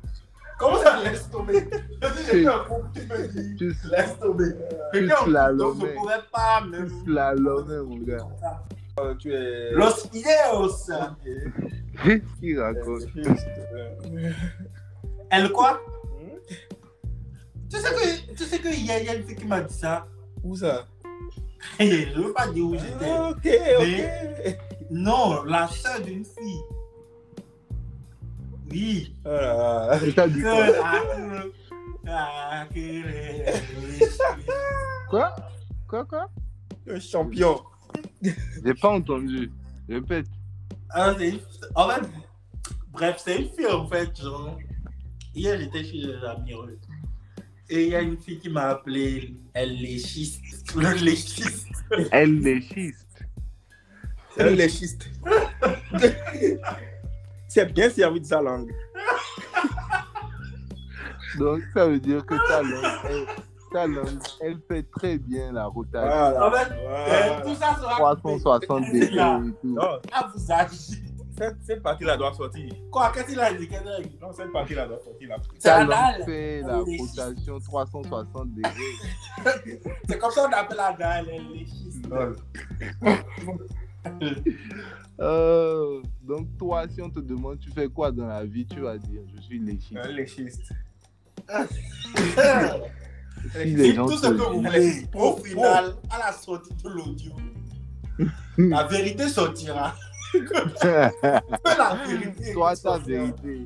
Speaker 4: Comment ça laisse tomber Je dis, j'étais en couple, tu me dis,
Speaker 2: Tu
Speaker 4: laisse tomber.
Speaker 2: tu
Speaker 5: Euh,
Speaker 4: J'étais en couple, donc je
Speaker 2: slalomais.
Speaker 4: ne pouvais pas
Speaker 2: Tu
Speaker 4: même.
Speaker 2: slalomais, mon gars.
Speaker 5: Euh, tu es.
Speaker 4: Los Ideos.
Speaker 2: Qu'est-ce qu'il raconte
Speaker 5: Euh,
Speaker 4: Elle quoi
Speaker 5: Hmm
Speaker 4: Tu Tu sais que, tu sais que hier, il y a une fille qui m'a dit ça.
Speaker 3: Où ça
Speaker 4: je veux pas dire où j'étais.
Speaker 3: Ah, Ok, ok.
Speaker 4: Non, la soeur d'une fille. Oui.
Speaker 3: Oh là là.
Speaker 2: Et t'as dit quoi Quoi Quoi, quoi
Speaker 3: Le champion.
Speaker 2: J'ai pas entendu. Répète.
Speaker 4: Ah, c'est une- en fait, bref, c'est une fille en fait, genre. Hier, j'étais chez les amis. ouais. Et il y a une fille qui m'a appelé, elle léchiste. Le léchiste.
Speaker 2: Elle léchiste.
Speaker 3: Le léchiste. C'est bien servi de sa langue.
Speaker 2: Donc, ça veut dire que ta langue, elle, ta langue, elle fait très bien la rotation.
Speaker 4: En
Speaker 3: Voilà.
Speaker 4: fait, euh, tout ça sera. coupé.
Speaker 2: 360
Speaker 4: C'est
Speaker 2: degrés
Speaker 4: là.
Speaker 2: et tout.
Speaker 3: Non,
Speaker 4: Ah, vous agissez.
Speaker 3: cette, cette partie-là doit sortir.
Speaker 4: Quoi, qu'est-ce qu'il a dit qu'est-ce qu'il a dit
Speaker 3: Non, cette partie-là doit sortir. là.
Speaker 4: C'est
Speaker 2: Ta
Speaker 4: la
Speaker 2: langue
Speaker 4: dalle.
Speaker 2: fait la
Speaker 4: Elle léchiste.
Speaker 2: rotation 360 degrés.
Speaker 4: C'est comme ça qu'on appelle la dalle, elle léchiste.
Speaker 3: Lol.
Speaker 2: Euh, donc, toi, si on te demande tu fais quoi dans la vie, tu vas dire je suis léchiste.
Speaker 4: Euh,
Speaker 3: Un léchiste.
Speaker 2: Si les
Speaker 4: C'est
Speaker 2: gens
Speaker 4: tout ce
Speaker 2: te
Speaker 4: que vous
Speaker 2: disent-
Speaker 4: voulez. Au final, à la sortie de l'audio, la vérité sortira. Que la vérité
Speaker 2: Toi, ta
Speaker 4: sortira.
Speaker 2: vérité.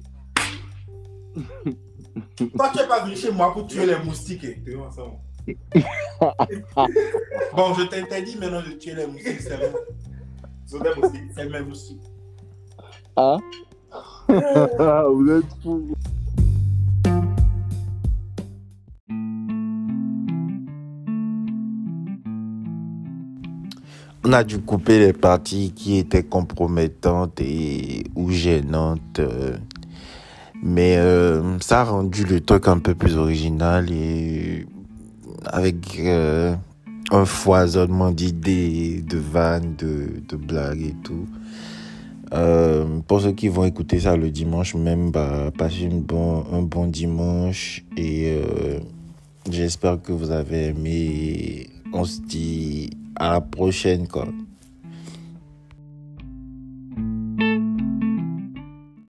Speaker 4: Toi, tu es pas venu chez moi pour tuer les moustiques. eh.
Speaker 3: T'es ensemble.
Speaker 4: Bon, je t'interdis maintenant de tuer les moustiques. C'est bon.
Speaker 3: Zodem aussi.
Speaker 4: C'est mes moustiques.
Speaker 2: Hein Ah, vous êtes fous.
Speaker 1: On a dû couper les parties qui étaient compromettantes et ou gênantes. euh, Mais euh, ça a rendu le truc un peu plus original et avec euh, un foisonnement d'idées, de vannes, de, de blagues et tout. Euh, pour ceux qui vont écouter ça le dimanche même, bah, passez une bon, un bon dimanche et euh, j'espère que vous avez aimé. On se dit à la prochaine, quoi.